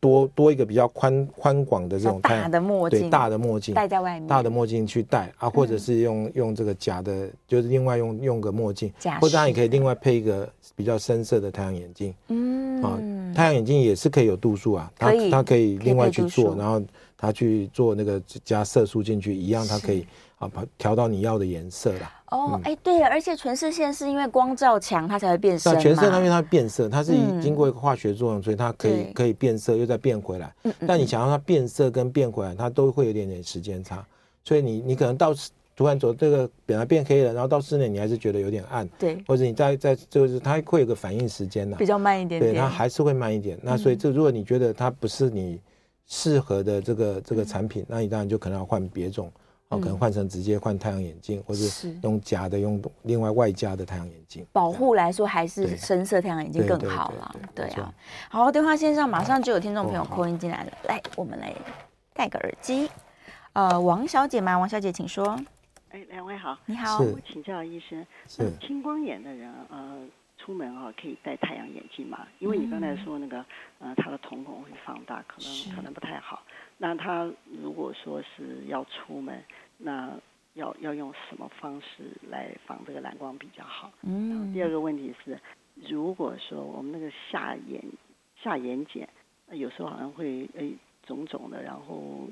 Speaker 2: 多多一个比较宽宽广的这
Speaker 1: 像
Speaker 2: 种太
Speaker 1: 大
Speaker 2: 阳
Speaker 1: 的墨
Speaker 2: 对
Speaker 1: 镜，
Speaker 2: 大的墨镜，
Speaker 1: 戴嗯在外面，
Speaker 2: 大的墨镜去戴啊，或者是用用这个假的，就是另外用用个墨镜
Speaker 1: 假，
Speaker 2: 或者你
Speaker 1: 式
Speaker 2: 可以另外配一个比较深色的太阳眼镜。
Speaker 1: 嗯
Speaker 2: 啊，太阳眼镜也是可以有度数啊，它
Speaker 1: 可以
Speaker 2: 它可以
Speaker 1: 可以
Speaker 2: 另外
Speaker 1: 配
Speaker 2: 去
Speaker 1: 度
Speaker 2: 做，
Speaker 1: 数
Speaker 2: 然后它去做那个加色素进去，一样它
Speaker 1: 是
Speaker 2: 可以啊把调到你要的颜色啦。
Speaker 1: 哦，哎、对了，而且全视线是因为光照强它才会变深
Speaker 2: 那
Speaker 1: 嘛。
Speaker 2: 全色它因为它变色，它是
Speaker 1: 嗯
Speaker 2: 经过一个化学作用，所以它可以
Speaker 1: 对
Speaker 2: 可以变色，又再变回来。
Speaker 1: 嗯嗯
Speaker 2: 但你想让它变色跟变回来，它都会有点点时间差，所以你你可能到室突然走这个本来变黑了，然后到室内你还是觉得有点暗，
Speaker 1: 对
Speaker 2: 或者你再再就是它会有个反应时间呐、
Speaker 1: 比较慢一点嗯
Speaker 2: 对，
Speaker 1: 点，
Speaker 2: 它还是会慢一点。那所以这如果你觉得它不是你适合的这
Speaker 1: 嗯
Speaker 2: 个这个产品，那你当然就可能要换别种。哦，可能换成直接换太阳眼镜，或者
Speaker 1: 是
Speaker 2: 用夹的，用另外外加的太阳眼镜。
Speaker 1: 保护来说还是
Speaker 2: 对
Speaker 1: 深色太阳眼镜
Speaker 2: 对
Speaker 1: 更
Speaker 2: 对
Speaker 1: 好
Speaker 2: 对
Speaker 1: 了。
Speaker 2: 对
Speaker 1: 对
Speaker 2: 没
Speaker 1: 啊，好，电话线上马上就有听众朋友
Speaker 2: 哦好
Speaker 1: 扣音进来了，来，我们来戴个耳机。呃，王小姐吗？王小姐，请说。
Speaker 3: 哎，两位好，
Speaker 1: 你好，
Speaker 2: 是
Speaker 3: 我请教医生，
Speaker 2: 是
Speaker 3: 那青光眼的人呃，出门啊、可以戴太阳眼镜吗？因为你刚才说那个呃，他的瞳孔会放大，可
Speaker 1: 是
Speaker 3: 能可能不太好。那他如果说是要出门，那要要用什么方式来防这个蓝光比较好？然后第二
Speaker 1: 嗯，
Speaker 3: 个问题是，如果说我们那个下眼下眼睑、呃有时候好像会诶肿肿的，然后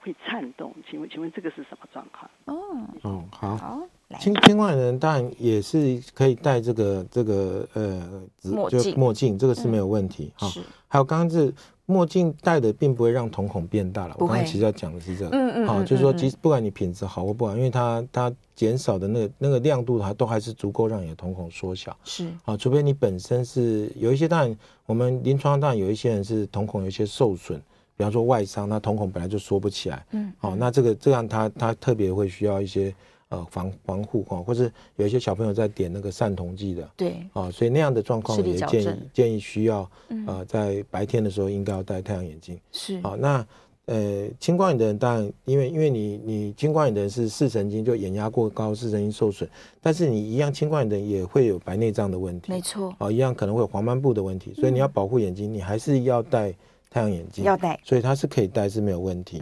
Speaker 3: 会颤动，请问请问这个是什么状况？
Speaker 1: 哦，
Speaker 2: 哦，好。
Speaker 1: 好，来，
Speaker 2: 青青光眼的人当然也是可以戴这个这个呃紫
Speaker 1: 墨
Speaker 2: 就
Speaker 1: 镜嗯
Speaker 2: 墨镜，这个是没有问题哈、
Speaker 1: 是，
Speaker 2: 还有刚刚这墨镜戴的并不会让瞳孔变大了，
Speaker 1: 不
Speaker 2: 我
Speaker 1: 会
Speaker 2: 刚刚其实要讲的是这个。
Speaker 1: 嗯嗯，
Speaker 2: 好、
Speaker 1: 嗯
Speaker 2: 就是说，
Speaker 1: 嗯
Speaker 2: 即使不管你品质好或不好，因为它它减少的那个那个亮度，它都还是足够让你的瞳孔缩小。
Speaker 1: 是
Speaker 2: 好、除非你本身是有一些，当然我们临床当然有一些人是瞳孔有一些受损，比方说外伤，他瞳孔本来就缩不起来，
Speaker 1: 嗯，
Speaker 2: 好、哦那这个这样他他特别会需要一些呃防防护哦，或是有一些小朋友在点那个散瞳剂的。
Speaker 1: 对，
Speaker 2: 哦，所以那样的状况
Speaker 1: 视力
Speaker 2: 也
Speaker 1: 矫
Speaker 2: 建
Speaker 1: 正
Speaker 2: 议建议需要
Speaker 1: 嗯
Speaker 2: 呃，在白天的时候应该要戴太阳眼镜。
Speaker 1: 是，
Speaker 2: 好、那呃，青光眼的人当然，因为因为你你青光眼的人是视神经就眼压过高，视神经受损，但是你一样青光眼的人也会有白内障的问题，
Speaker 1: 没错，
Speaker 2: 哦，一样可能会有黄斑部的问题，所以你要保护眼睛，你还是要戴太阳眼镜，
Speaker 1: 要戴，
Speaker 2: 所以它是可以戴是没有问题。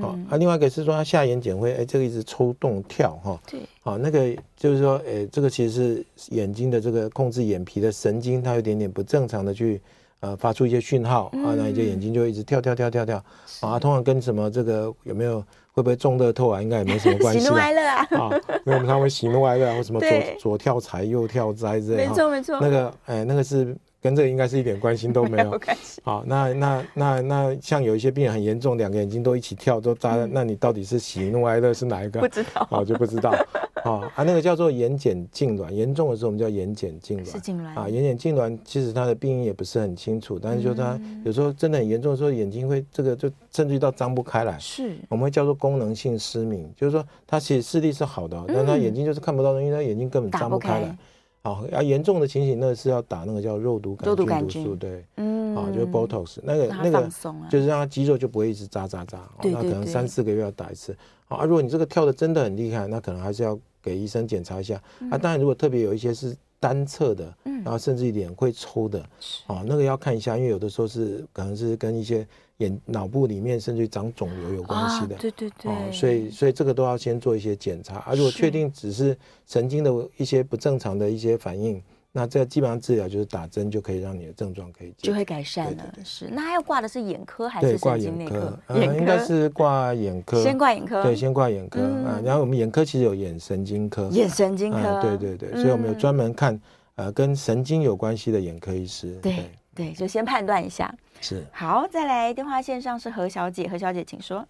Speaker 2: 好、
Speaker 1: 嗯，
Speaker 2: 啊，另外一个是说它下眼睑会哎这个一直抽动跳哈，
Speaker 1: 对，
Speaker 2: 好、那个就是说，诶，这个其实是眼睛的这个控制眼皮的神经，它有一点点不正常的去呃发出一些讯号、
Speaker 1: 嗯
Speaker 2: 啊，那你的眼睛就一直跳跳跳跳跳啊，通常跟什么这个有没有会不会中乐透啊，应该也没什么关
Speaker 1: 喜
Speaker 2: 系
Speaker 1: 怒
Speaker 2: 啦
Speaker 1: 哀乐啊，
Speaker 2: 啊，因为我们常会喜怒哀乐啊，或什么左
Speaker 1: 对
Speaker 2: 左跳财右跳灾之类
Speaker 1: 没
Speaker 2: 的，
Speaker 1: 错没 错，
Speaker 2: 那个哎那个是跟这个应该是一点关系都没 有，
Speaker 1: 关系，
Speaker 2: 好，那那那那像有一些病人很严重，两个眼睛都一起跳，都扎了，那你到底是喜怒哀乐是哪一个？
Speaker 1: 嗯不知道
Speaker 2: 哦，就不知道。 哦，啊，那个叫做眼睑痉挛，严重的时候我们叫眼睑痉挛。
Speaker 1: 是痉挛
Speaker 2: 啊，眼睑痉挛其实它的病因也不是很清楚，但是就它
Speaker 1: 嗯
Speaker 2: 有时候真的很严重的时候，眼睛会这个就甚至于到张不开来。
Speaker 1: 是，
Speaker 2: 我们会叫做功能性失明，就是说他其实视力是好的哦，但他眼睛就是看不到东西，因为他眼睛根
Speaker 1: 嗯
Speaker 2: 本
Speaker 1: 打
Speaker 2: 张
Speaker 1: 不
Speaker 2: 不开
Speaker 1: 开
Speaker 2: 来。好，啊，严重的情形那是要打那个叫肉毒
Speaker 1: 肉
Speaker 2: 杆
Speaker 1: 毒
Speaker 2: 菌
Speaker 1: 杆
Speaker 2: 毒
Speaker 1: 菌
Speaker 2: 素，对，
Speaker 1: 嗯
Speaker 2: 啊，就是 Botox 那个
Speaker 1: 让它
Speaker 2: 那个
Speaker 1: 放松啊
Speaker 2: 就是让它肌肉就不会一直扎扎扎，哦
Speaker 1: 对
Speaker 2: 那可
Speaker 1: 对
Speaker 2: 能
Speaker 1: 对
Speaker 2: 三四个月要打一次。好啊，如果你这个跳的真的很厉害，那可能还是要给医生检查一下。
Speaker 1: 嗯
Speaker 2: 啊，当然如果特别有一些是单侧的，然后甚至一点会抽的，哦，那个要看一下，因为有的时候是可能是跟一些眼脑部里面甚至于长肿瘤有关系
Speaker 1: 啊
Speaker 2: 的，。
Speaker 1: 对对
Speaker 2: 哦，
Speaker 1: 对，
Speaker 2: 所以所以这个都要先做一些检查，啊，如果
Speaker 1: 是
Speaker 2: 确定只是神经的一些不正常的一些反应，那这基本上治疗就是打针就可以让你的症状可以解决
Speaker 1: 就会改善
Speaker 2: 对
Speaker 1: 了
Speaker 2: 对。对
Speaker 1: 是，那他要挂的是眼科还
Speaker 2: 对
Speaker 1: 是
Speaker 2: 挂
Speaker 1: 神经
Speaker 2: 眼
Speaker 1: 内
Speaker 2: 科
Speaker 1: 科？，
Speaker 2: 呃，应该是挂眼科，
Speaker 1: 先挂眼科，
Speaker 2: 对，先挂眼科
Speaker 1: 嗯
Speaker 2: 啊。然后我们眼科其实有眼神经科，
Speaker 1: 眼神经科。
Speaker 2: 啊对对对，所以我们有
Speaker 1: 嗯
Speaker 2: 专门看呃跟神经有关系的眼科医师，
Speaker 1: 对对，就先判断一下。
Speaker 2: 是。
Speaker 1: 好，再来电话线上是何小姐，何小姐请说。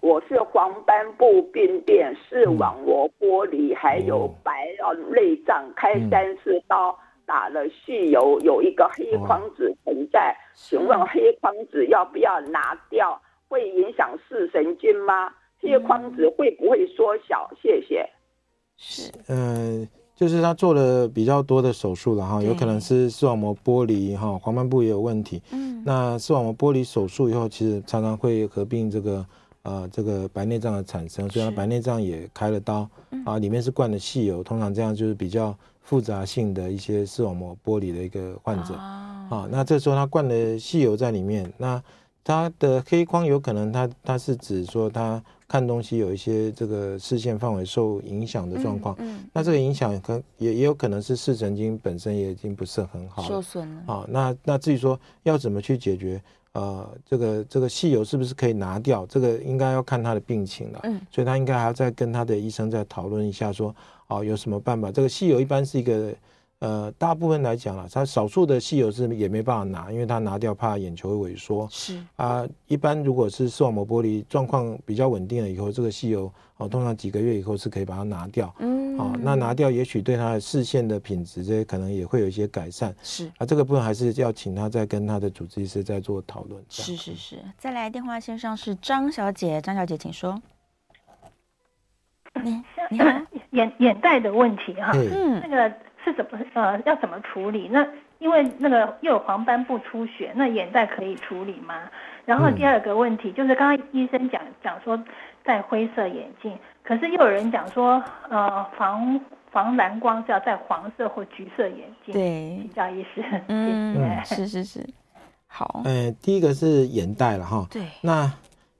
Speaker 4: 我是黄斑部病变、视网膜剥离，还有
Speaker 2: 哦
Speaker 4: 白呃内脏，开三次刀，打了蓄油，有一个黑
Speaker 2: 哇
Speaker 4: 框子存在。请问黑框子要不要拿掉？会影响视神经吗？黑框子会不会缩小？谢谢。
Speaker 1: 是
Speaker 2: 嗯，就是他做了比较多的手术了哈，
Speaker 1: 对
Speaker 2: 有可能是视网膜剥离哈，黄斑部也有问题。
Speaker 1: 嗯，
Speaker 2: 那视网膜剥离手术以后，其实常常会合并这个呃这个白内障的产生，所以他
Speaker 1: 是嗯
Speaker 2: 白内障也开了刀啊，里面是灌了细油，通常这样就是比较复杂性的一些视网膜剥离的一个患者。
Speaker 1: 啊，
Speaker 2: 啊，那这时候它灌了细油在里面，那它的黑框有可能它它是指说它看东西有一些这个视线范围受影响的状况，
Speaker 1: 嗯，
Speaker 2: 那这个影响可也也有可能是视神经本身也已经不是很好
Speaker 1: 受
Speaker 2: 了
Speaker 1: 损了，
Speaker 2: 啊。那那至于说要怎么去解决，呃，这个这个细油是不是可以拿掉？这个应该要看他的病情了。
Speaker 1: 嗯，
Speaker 2: 所以他应该还要再跟他的医生再讨论一下说，哦有什么办法？这个细油一般是一个呃，大部分来讲啦，它少数的细油是也没办法拿，因为它拿掉怕眼球会萎缩。
Speaker 1: 是
Speaker 2: 啊，一般如果是视网膜剥离状况比较稳定了以后，这个细油哦，通常几个月以后是可以把它拿掉。
Speaker 1: 嗯
Speaker 2: 哦，那拿掉也许对他的视线的品质这些可能也会有一些改善。
Speaker 1: 是
Speaker 2: 啊，这个部分还是要请他再跟他的主治医师再做讨论。这
Speaker 1: 是
Speaker 2: 样
Speaker 1: 是是。再来电话线上是张小姐，张小姐请说。
Speaker 5: 嗯
Speaker 1: 你你好，
Speaker 5: 眼眼袋的问题哈、
Speaker 2: 嘿，
Speaker 5: 那
Speaker 1: 嗯
Speaker 5: 个是怎么呃要怎么处理？那因为那个又有黄斑部出血，那眼袋可以处理吗？然后
Speaker 2: 嗯
Speaker 5: 第二个问题就是刚刚医生讲讲说戴灰色眼镜，可是又有人讲说呃防防蓝光是要戴黄色或橘色眼镜。，
Speaker 1: 对
Speaker 5: 请，教医师。
Speaker 1: 嗯
Speaker 5: 谢谢
Speaker 1: 是是是，好，
Speaker 2: 呃，第一个是眼袋了哈。
Speaker 1: 对，
Speaker 2: 那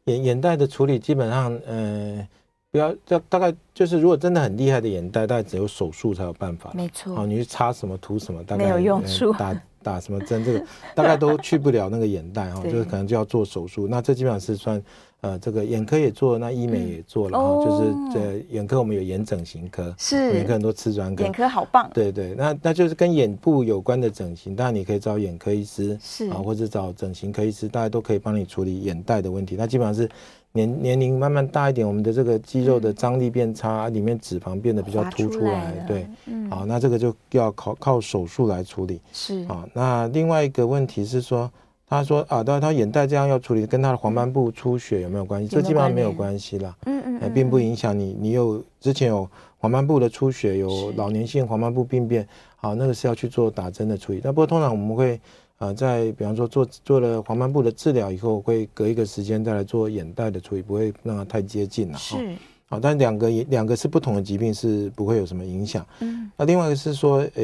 Speaker 2: 眼眼袋的处理基本上，呃，不要，大大概就是如果真的很厉害的眼袋，大概只有手术才有办法。
Speaker 1: 没
Speaker 2: 哦，
Speaker 1: 错，
Speaker 2: 你去擦什么涂什么，大概
Speaker 1: 没有用
Speaker 2: 呃
Speaker 1: 处
Speaker 2: 打打什么针，这个大概都去不了那个眼袋哈，
Speaker 1: 对
Speaker 2: 就是可能就要做手术。那这基本上是算呃，这个眼科也做，那医美也做了哈，
Speaker 1: 哦
Speaker 2: 就是这眼科我们有眼整形科，
Speaker 1: 是
Speaker 2: 眼科很多瓷砖科
Speaker 1: 眼。科好棒，
Speaker 2: 对对，那那就是跟眼部有关的整形，当然你可以找眼科医师，
Speaker 1: 是
Speaker 2: 啊，或者找整形科医师，大家都可以帮你处理眼袋的问题。那基本上是年年龄慢慢大一点，我们的这个肌肉的张力变
Speaker 1: 嗯
Speaker 2: 差，啊里面脂肪变得比较
Speaker 1: 滑
Speaker 2: 凸出来，
Speaker 1: 了
Speaker 2: 对，，
Speaker 1: 嗯，
Speaker 2: 好，那这个就要靠靠手术来处理。
Speaker 1: 是
Speaker 2: 好，那另外一个问题是说，他说啊，当然他眼袋这样要处理，跟他的黄斑部出血有没有关系？
Speaker 1: 嗯有没有
Speaker 2: 这基本上
Speaker 1: 关
Speaker 2: 没有
Speaker 1: 联
Speaker 2: 关系啦，
Speaker 1: 嗯嗯
Speaker 2: 哎，
Speaker 1: 嗯
Speaker 2: 并不
Speaker 1: 嗯
Speaker 2: 影响你。你有之前有黄斑部的出血，有
Speaker 1: 是
Speaker 2: 老年性黄斑部病变，好，那个是要去做打针的处理。那不过通常我们会。啊、在比方说做做了黄斑部的治疗以后，会隔一个时间再来做眼袋的处理，不会让它太接近了。哦
Speaker 1: 是，
Speaker 2: 好、但两个也两个是不同的疾病，是不会有什么影响。
Speaker 1: 嗯，
Speaker 2: 那另外一个是说，呃，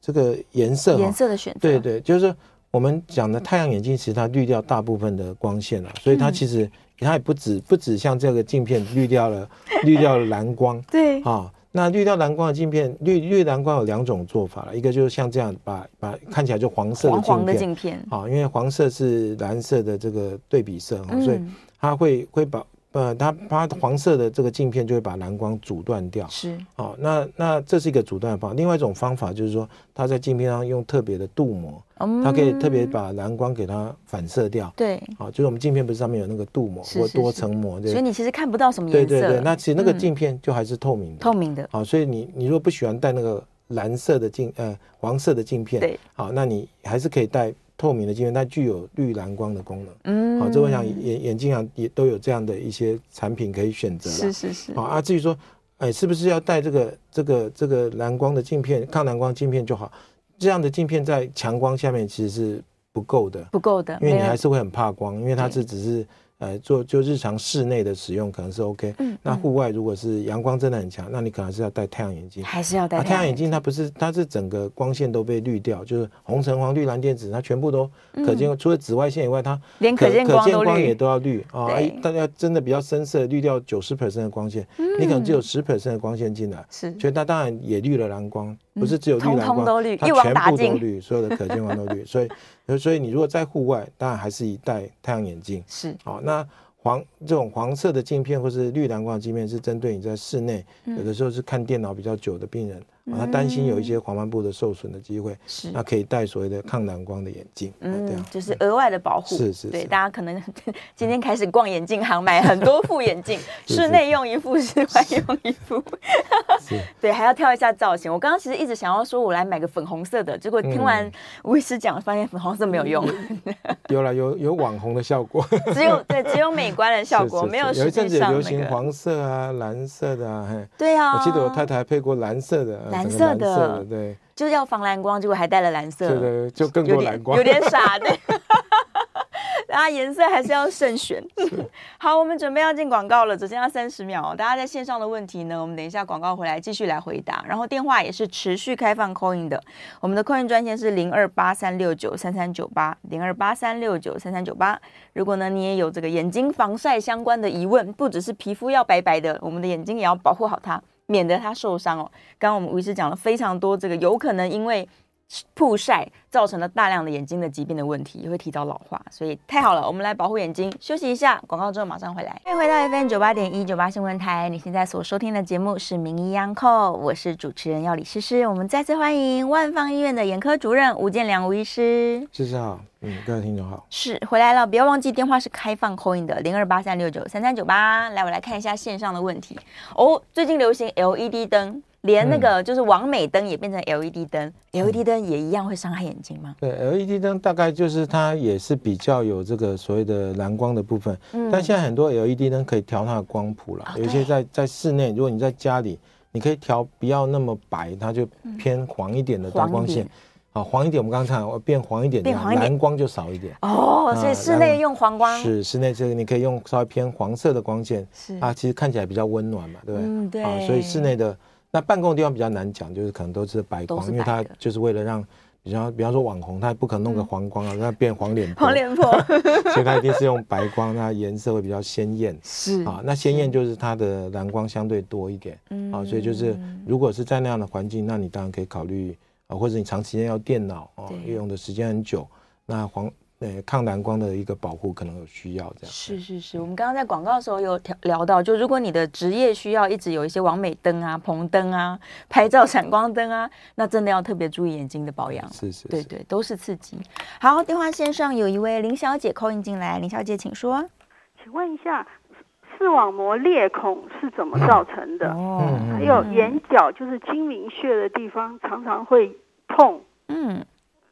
Speaker 2: 这个颜色、哦，
Speaker 1: 颜色的选择，
Speaker 2: 对对，就是我们讲的太阳眼镜，其实它滤掉大部分的光线了，所以它
Speaker 1: 嗯
Speaker 2: 其实它也不止不止像这个镜片滤掉了滤掉了蓝光
Speaker 1: 对
Speaker 2: 啊、那滤掉蓝光的镜片，滤滤蓝光有两种做法了，一个就是像这样把把看起来就黄色的
Speaker 1: 黄
Speaker 2: 镜片，
Speaker 1: 黄的镜片，
Speaker 2: 啊、因为黄色是蓝色的这个对比色，哦所以
Speaker 1: 嗯
Speaker 2: 它会会把呃它它黄色的这个镜片就会把蓝光阻断掉。
Speaker 1: 是
Speaker 2: 好、那那这是一个阻断的方法。另外一种方法就是说，它在镜片上用特别的镀膜，
Speaker 1: 嗯
Speaker 2: 它可以特别把蓝光给它反射掉。
Speaker 1: 对，
Speaker 2: 好、就是我们镜片不是上面有那个镀膜
Speaker 1: 是
Speaker 2: 或
Speaker 1: 是
Speaker 2: 多
Speaker 1: 是
Speaker 2: 层膜
Speaker 1: 所以
Speaker 2: 对
Speaker 1: 你其实看不到什么
Speaker 2: 对
Speaker 1: 颜色
Speaker 2: 对
Speaker 1: 了，
Speaker 2: 对，那其实那个
Speaker 1: 嗯
Speaker 2: 镜片就还是透明的。
Speaker 1: 透明的，
Speaker 2: 好、所以你你如果不喜欢戴那个蓝色的镜呃黄色的镜片，
Speaker 1: 对，
Speaker 2: 好、那你还是可以戴透明的镜片，它具有滤蓝光的功能。
Speaker 1: 嗯，
Speaker 2: 好、这我想眼眼镜上也都有这样的一些产品可以选择了。
Speaker 1: 是是是
Speaker 2: 好，啊，至于说，哎，是不是要戴这个这个这个蓝光的镜片，抗蓝光镜片就好？这样的镜片在强光下面其实是不够的，
Speaker 1: 不够的，
Speaker 2: 因为你
Speaker 1: 没有
Speaker 2: 还是会很怕光，因为它
Speaker 1: 对
Speaker 2: 是只是呃做就日常室内的使用可能是 OK，
Speaker 1: 嗯
Speaker 2: 那
Speaker 1: 嗯
Speaker 2: 户外如果是阳光真的很强，那你可能还是要戴太阳眼镜。
Speaker 1: 还是要戴
Speaker 2: 啊，太阳眼镜它不是，它是整个光线都被滤掉，就是红橙黄绿蓝靛紫，它全部都
Speaker 1: 嗯
Speaker 2: 可见，除了紫外线以外，它
Speaker 1: 连可见
Speaker 2: 可
Speaker 1: 光
Speaker 2: 见
Speaker 1: 都
Speaker 2: 光
Speaker 1: 绿
Speaker 2: 也都要绿啊。
Speaker 1: 对
Speaker 2: 哎大家真的比较深色，滤掉九十 percent 的光线，你可能
Speaker 1: 嗯
Speaker 2: 只有十 percent 的光线进来，
Speaker 1: 是
Speaker 2: 所以它当然也绿了蓝光，不是只有绿蓝光，
Speaker 1: 嗯通通都绿
Speaker 2: 它
Speaker 1: 一网
Speaker 2: 全
Speaker 1: 打
Speaker 2: 部都
Speaker 1: 尽
Speaker 2: 绿，所有的可见光都绿。所以，呃所以你如果在户外，当然还是以戴太阳眼镜。
Speaker 1: 是
Speaker 2: 好、那黄这种黄色的镜片或是绿蓝光的镜片是针对你在室内，有
Speaker 1: 嗯
Speaker 2: 的时候是看电脑比较久的病人，啊，他担心有一些黄斑部的受损的机会，
Speaker 1: 是
Speaker 2: 那可以戴所谓的抗蓝光的眼镜，嗯，对
Speaker 1: 嗯
Speaker 2: 啊，，
Speaker 1: 就是额外的保护。
Speaker 2: 是是
Speaker 1: 对，
Speaker 2: 是
Speaker 1: 大家可 能今天开始逛眼镜行，买很多副眼镜，
Speaker 2: 是
Speaker 1: 室内用一副，室外用一副。
Speaker 2: 是
Speaker 1: 对，还要挑一下造型。我刚刚其实一直想要说，我来买个粉红色的，结果听完
Speaker 2: 嗯
Speaker 1: 吴医师讲，发现粉红色没有 用，
Speaker 2: 有了有有网红的效果，
Speaker 1: 只有对只有美观的 效果，
Speaker 2: 是是是
Speaker 1: 没有
Speaker 2: 有
Speaker 1: 实
Speaker 2: 一阵
Speaker 1: 际
Speaker 2: 子也
Speaker 1: 上
Speaker 2: 流
Speaker 1: 那
Speaker 2: 行
Speaker 1: 个。
Speaker 2: 黄色啊、蓝色的啊，嘿，
Speaker 1: 对啊，
Speaker 2: 我记得我太太配过蓝色的，呃
Speaker 1: 蓝
Speaker 2: 整个
Speaker 1: 色
Speaker 2: 蓝
Speaker 1: 的
Speaker 2: 色的，对，
Speaker 1: 就是要防蓝光，结果还带了蓝色，
Speaker 2: 对对，就更
Speaker 1: 有
Speaker 2: 过
Speaker 1: 点
Speaker 2: 蓝光，
Speaker 1: 有 点傻对。 大家颜色还是要慎选。好，我们准备要进广告了，只剩下三十秒哦。大家在线上的问题呢，我们等一下广告回来继续来回答。然后电话也是持续开放 c a l l i n 的，我们的 c a l l i n 专线是零二八三六九三三九八零二八三六九三三九八。如果呢你也有这个眼睛防晒相关的疑问，不只是皮肤要白白的，我们的眼睛也要保护好它，免得它受伤哦。刚刚我们吴医师讲了非常多这个有可能因为曝晒造成了大量的眼睛的疾病的问题，也会提早老化，所以太好了，我们来保护眼睛。休息一下，广告之后马上回来。欢迎回到 FM 九八点一九八新闻台，你现在所收听的节目是《名医央叩》，我是主持人药理诗诗。我们再次欢迎万方医院的眼科主任吴建良吴医师。
Speaker 2: 谢谢好，嗯，各位听众好，
Speaker 1: 是回来了，不要忘记电话是开放扣印的零二八三六九三三九八。来，我来看一下线上的问题。哦，最近流行 LED 灯，连
Speaker 2: 嗯
Speaker 1: 那个就是网美灯也变成 LED 灯、l e d 灯也一样会伤害眼睛吗？
Speaker 2: 对 LED 灯大概就是它也是比较有这个所谓的蓝光的部分，
Speaker 1: 嗯
Speaker 2: 但现在很多 LED 灯可以调它的光谱啦，
Speaker 1: 哦
Speaker 2: 有一些
Speaker 1: 对
Speaker 2: 在在室内，如果你在家里，你可以调不要那么白，它就偏黄一点的灯
Speaker 1: 黄一
Speaker 2: 光线
Speaker 1: 点，
Speaker 2: 好黄一点，我们刚才讲变黄一点，
Speaker 1: 变黄一点
Speaker 2: 蓝光就少一点。
Speaker 1: 哦，所以
Speaker 2: 啊
Speaker 1: 室内
Speaker 2: 蓝
Speaker 1: 用黄光
Speaker 2: 是啊室内这个，你可以用稍微偏黄色的光线，
Speaker 1: 是
Speaker 2: 它其实看起来比较温暖嘛，对不对？
Speaker 1: 嗯对
Speaker 2: 啊，所以室内的那办公的地方比较难讲，就是可能都是白
Speaker 1: 都
Speaker 2: 光，
Speaker 1: 是
Speaker 2: 因
Speaker 1: 白
Speaker 2: 为它
Speaker 1: 的嗯
Speaker 2: 就是为了让。比方比方说网红，他不可能弄个黄光啊，那变黄脸婆，
Speaker 1: 黄脸婆
Speaker 2: 所以他一定是用白光，那颜色会比较鲜艳
Speaker 1: 是
Speaker 2: 啊。那鲜艳就是它的蓝光相对多一点
Speaker 1: 嗯
Speaker 2: 啊，所以就是如果是在那样的环境，那你当然可以考虑啊，或者你长时间要电脑哦
Speaker 1: 对，
Speaker 2: 用的时间很久，那黄呃抗蓝光的一个保护可能有需要这样。
Speaker 1: 是是是，我们刚刚在广告的时候有聊聊到，就如果你的职业需要一直有一些完美灯啊、棚灯啊、拍照闪光灯啊，那真的要特别注意眼睛的保养。
Speaker 2: 是是
Speaker 1: 对
Speaker 2: 是。
Speaker 1: 对，都是刺激。好，电话线上有一位林小姐扣印进来，林小姐请说。
Speaker 6: 请问一下，视网膜裂孔是怎么造成的？
Speaker 1: 哦，
Speaker 6: 还有眼角就是睛明穴的地方常常会痛，
Speaker 1: 嗯，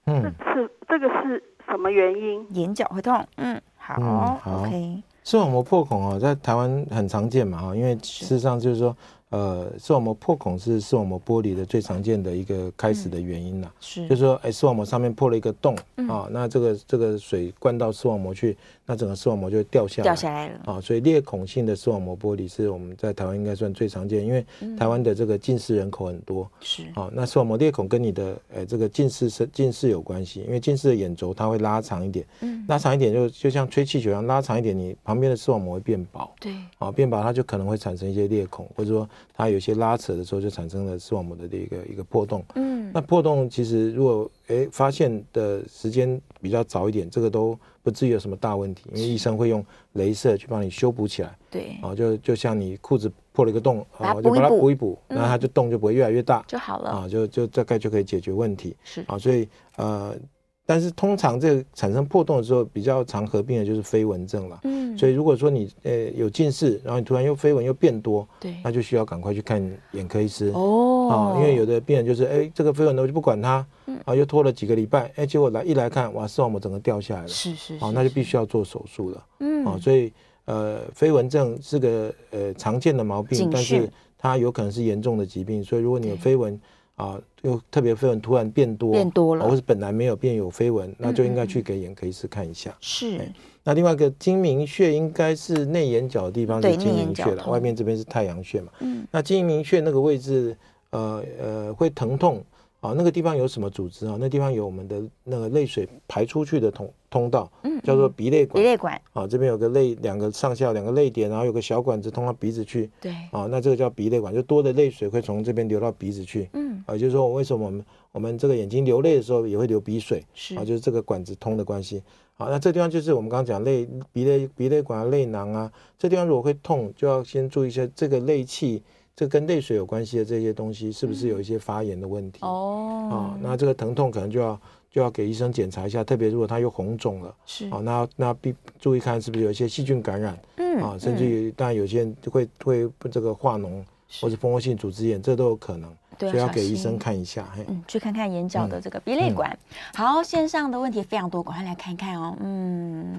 Speaker 6: 这
Speaker 2: 嗯，
Speaker 6: 是这个是什么原因？
Speaker 1: 眼角会痛。嗯，好
Speaker 2: 嗯好
Speaker 1: o k
Speaker 2: 视网膜破孔哦，在台湾很常见嘛哈，因为事实上就是说，呃，视网膜破孔是视网膜剥离的最常见的一个开始的
Speaker 1: 嗯
Speaker 2: 原因啦。
Speaker 1: 是
Speaker 2: 就是说，哎，视网膜上面破了一个洞啊、
Speaker 1: 嗯
Speaker 2: 那这个这个水灌到视网膜去，那整个视网膜就会掉下来。
Speaker 1: 掉下来了。
Speaker 2: 啊、所以裂孔性的视网膜剥离是我们在台湾应该算最常见，因为台湾的这个近视人口很多。
Speaker 1: 嗯是
Speaker 2: 好、那视网膜裂孔跟你的呃这个近视是近视有关系，因为近视的眼轴它会拉长一点，
Speaker 1: 嗯
Speaker 2: 拉长一点就就像吹气球一样拉长一点，你旁边的视网膜会变薄，
Speaker 1: 对，
Speaker 2: 啊、变薄它就可能会产生一些裂孔，或者说它有些拉扯的时候就产生了视网膜的一个一个破洞。
Speaker 1: 嗯，
Speaker 2: 那破洞其实如果诶发现的时间比较早一点，这个都不至于有什么大问题，因为医生会用镭射去帮你修补起来。
Speaker 1: 对，
Speaker 2: 哦，就就像你裤子破了一个洞，
Speaker 1: 嗯把它
Speaker 2: 哦，就
Speaker 1: 补一
Speaker 2: 把它
Speaker 1: 补嗯
Speaker 2: 补一补，那它就洞就不会越来越大。
Speaker 1: 就好了。
Speaker 2: 啊，就就大概就可以解决问题。
Speaker 1: 是
Speaker 2: 啊，所以呃，但是通常这个产生破洞的时候，比较常合并的就是飞蚊症了。
Speaker 1: 嗯，
Speaker 2: 所以如果说你呃有近视，然后你突然又飞蚊又变多，
Speaker 1: 对
Speaker 2: 那就需要赶快去看眼科医师。
Speaker 1: 哦嗯
Speaker 2: 啊，因为有的病人就是哎，这个飞蚊的我就不管它，啊，又拖了几个礼拜，哎，结果来一来看，哇，视网膜整个掉下来了，
Speaker 1: 是是
Speaker 2: 啊
Speaker 1: 是，
Speaker 2: 那就必须要做手术了。
Speaker 1: 嗯
Speaker 2: 啊，所以呃，飞蚊症是个呃常见的毛病
Speaker 1: 警，
Speaker 2: 但
Speaker 1: 讯
Speaker 2: 是它有可能是严重的疾病，所以如果你有飞蚊啊，又特别飞蚊突然变多，
Speaker 1: 变多了
Speaker 2: 啊或是本来没有变有飞蚊，那就应该去给眼科医师看一
Speaker 1: 嗯
Speaker 2: 下。
Speaker 1: 是
Speaker 2: 那另外一个睛明穴应该是内眼角的地方
Speaker 1: 对
Speaker 2: 是睛
Speaker 1: 内眼
Speaker 2: 明
Speaker 1: 角
Speaker 2: 穴了，
Speaker 1: 痛
Speaker 2: 外面这边是太阳穴嘛。
Speaker 1: 嗯，
Speaker 2: 那睛明穴那个位置，呃呃，会疼痛啊、那个地方有什么组织啊？那地方有我们的那个泪水排出去的通通道，
Speaker 1: 嗯
Speaker 2: 叫做鼻泪管
Speaker 1: 鼻。泪管，
Speaker 2: 啊，这边有个泪，两个上下两个泪点，然后有个小管子通到鼻子去，
Speaker 1: 对，
Speaker 2: 啊，那这个叫鼻泪管，就多的泪水会从这边流到鼻子去，
Speaker 1: 嗯
Speaker 2: 啊，也就是说为什么我们我们这个眼睛流泪的时候也会流鼻水，
Speaker 1: 是
Speaker 2: 啊，就是这个管子通的关系。好，那这地方就是我们刚刚讲泪鼻泪鼻泪管啊、泪囊啊，这地方如果会痛，就要先注意一下这个泪气，这跟泪水有关系的这些东西是不是有一些发炎的问题？
Speaker 1: 哦
Speaker 2: 啊，，那这个疼痛可能就要就要给医生检查一下，特别如果它又红肿了。
Speaker 1: 是
Speaker 2: 哦，那那必注意看是不是有一些细菌感染
Speaker 1: 嗯
Speaker 2: 啊，甚至于当然有些人会会这个化脓或者蜂窝性组织炎，这都有可能，
Speaker 1: 对啊
Speaker 2: 所以要
Speaker 1: 小
Speaker 2: 给医
Speaker 1: 心
Speaker 2: 生看一下。嘿，
Speaker 1: 嗯，去看看眼角的这个鼻泪
Speaker 2: 嗯
Speaker 1: 管。好，线上的问题非常多，赶快来看一看哦。嗯，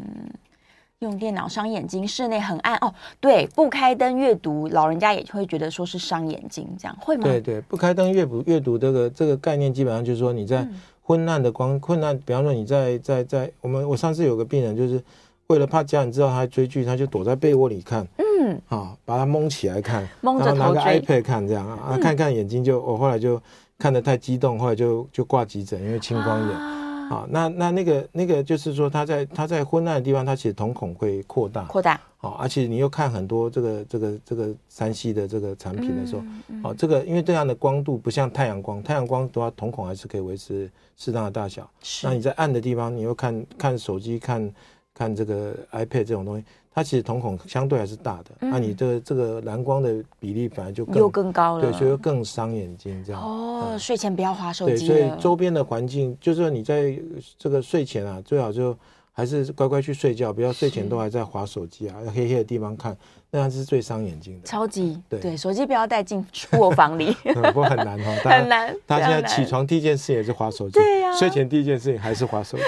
Speaker 1: 用电脑伤眼睛，室内很暗哦。对，不开灯阅读，老人家也会觉得说是伤眼睛，这样会吗？
Speaker 2: 对对，不开灯阅读阅读这个这个概念，基本上就是说你
Speaker 1: 嗯
Speaker 2: 在昏暗的光昏暗，比方说你在在在我们我上次有个病人就是。为了怕家人知道他在追剧，他就躲在被窝里看，
Speaker 1: 嗯，
Speaker 2: 啊，把他蒙起来看，
Speaker 1: 蒙着
Speaker 2: 然后拿
Speaker 1: 头
Speaker 2: 个
Speaker 1: 追嗯
Speaker 2: iPad 看这样啊，哦啊看看眼睛就，我后来就看得太激动，后来就就挂急诊，因为青光眼。
Speaker 1: 啊啊，
Speaker 2: 好，那那那个那个就是说，它在它在昏暗的地方，它其实瞳孔会扩大，
Speaker 1: 扩大
Speaker 2: 好、而且你又看很多这个这个这个山西的这个产品的时候，
Speaker 1: 嗯
Speaker 2: 好、这个因为这样的光度不像太阳光，太阳光的话，瞳孔还是可以维持适当的大小。
Speaker 1: 是
Speaker 2: 那你在暗的地方，你又看看手机、看看这个 iPad 这种东西，它其实瞳孔相对还是大的。那、你这个这个蓝光的比例本来就更
Speaker 1: 嗯又更高了，
Speaker 2: 对，所以又更伤眼睛这样。
Speaker 1: 哦，
Speaker 2: 嗯
Speaker 1: 睡前不要划手
Speaker 2: 对，
Speaker 1: 机
Speaker 2: 所以
Speaker 1: 了，
Speaker 2: 周边的环境，就是说你在这个睡前啊，最好就还是乖乖去睡觉，不要睡前都还在划手机啊，黑黑的地方看，那样是最伤眼睛的。
Speaker 1: 超级
Speaker 2: 对
Speaker 1: 对，手机不要带进卧房里，
Speaker 2: 不过很 难哦，大家
Speaker 1: 很难。
Speaker 2: 他
Speaker 1: 非常
Speaker 2: 现在
Speaker 1: 难
Speaker 2: 起床第一件事也是划手机，
Speaker 1: 对呀
Speaker 2: 睡前第一件事情还是划 手机，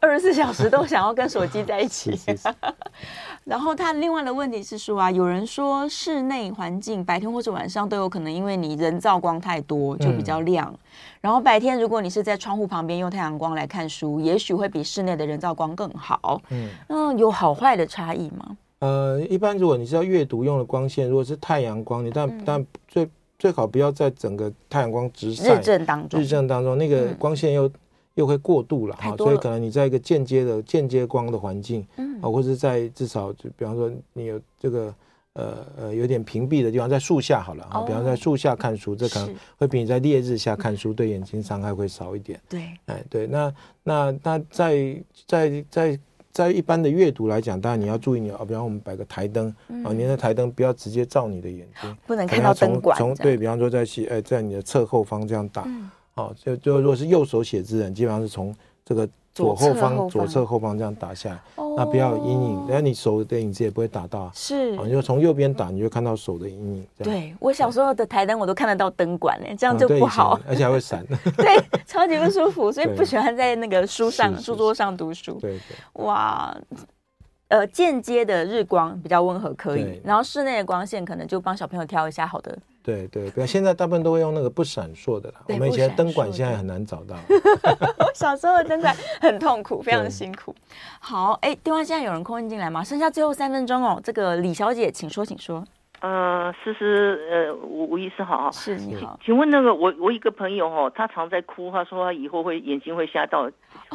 Speaker 1: 二十四小时都想要跟手机在一起
Speaker 2: 是。是是，
Speaker 1: 然后他另外的问题是说啊，有人说室内环境白天或者晚上都有可能，因为你人造光太多
Speaker 2: 嗯
Speaker 1: 就比较亮。然后白天如果你是在窗户旁边用太阳光来看书，也许会比室内的人造光更好。
Speaker 2: 嗯。
Speaker 1: 那有好坏的差异吗？
Speaker 2: 呃，一般如果你是要阅读用的光线，如果是太阳光，你但但最最好不要在整个太阳光直
Speaker 1: 嗯
Speaker 2: 晒
Speaker 1: 日正当中，
Speaker 2: 日正当中，那个光线又、又会过度了
Speaker 1: 太
Speaker 2: 哈，
Speaker 1: 多
Speaker 2: 所以
Speaker 1: 了
Speaker 2: 可能你在一个间接的间接光的环境，
Speaker 1: 嗯
Speaker 2: 啊、或者在至少就比方说你有这个呃呃有点屏蔽的地方，在树下好了啊，
Speaker 1: 哦
Speaker 2: 比方在树下看书，这可
Speaker 1: 是
Speaker 2: 能会比你在烈日下看书对眼睛伤害会少一点。
Speaker 1: 对，
Speaker 2: 哎，对，那那那在在在在一般的阅读来讲，当然你要注意你啊，比方我们摆个台灯啊，你的台灯不要直接照你的眼睛，
Speaker 1: 不能嗯
Speaker 2: 可
Speaker 1: 看
Speaker 2: 能
Speaker 1: 到
Speaker 2: 要从
Speaker 1: 灯管
Speaker 2: 从
Speaker 1: 这样嗯
Speaker 2: 对比方说在写哎在你的侧后方这样打，哦，就就如果是右手写字的人，基本上是从这个左
Speaker 1: 左侧
Speaker 2: 后
Speaker 1: 后
Speaker 2: 方左
Speaker 1: 方哦
Speaker 2: 侧后方这样打下来，那不要有阴影，然后你手的影子也不会打到啊，
Speaker 1: 是
Speaker 2: 啊，你就从右边打，你就看到手的阴影，这样
Speaker 1: 对我小时候的台灯我都看得到灯管哎，这样
Speaker 2: 嗯
Speaker 1: 就
Speaker 2: 对
Speaker 1: 不
Speaker 2: 以前
Speaker 1: 好，
Speaker 2: 而且还会闪，
Speaker 1: 对，超级不舒服，所以
Speaker 2: 对
Speaker 1: 不喜欢在那个书上
Speaker 2: 是是
Speaker 1: 书桌上读书。
Speaker 2: 对对。
Speaker 1: 哇，呃，间接的日光比较温和可以
Speaker 2: 对，
Speaker 1: 然后室内的光线可能就帮小朋友挑一下好的。
Speaker 2: 对对，不要，现在大部分都会用那个不闪烁的啦。
Speaker 1: 对
Speaker 2: 我们以
Speaker 1: 不
Speaker 2: 前
Speaker 1: 闪
Speaker 2: 灯管
Speaker 1: 烁
Speaker 2: 现在
Speaker 1: 的
Speaker 2: 很难 找到。
Speaker 1: 我小时候真的很痛苦，非常
Speaker 2: 对
Speaker 1: 辛苦。好，哎，电话现在有人空运进来吗？剩下最后三分钟哦，这个李小姐，请说，请说。
Speaker 7: 呃，思思，呃，吴吴医师好。
Speaker 1: 是你好，
Speaker 7: 请问那个我我一个朋友哦，他常在哭，他说他以后会眼睛会瞎到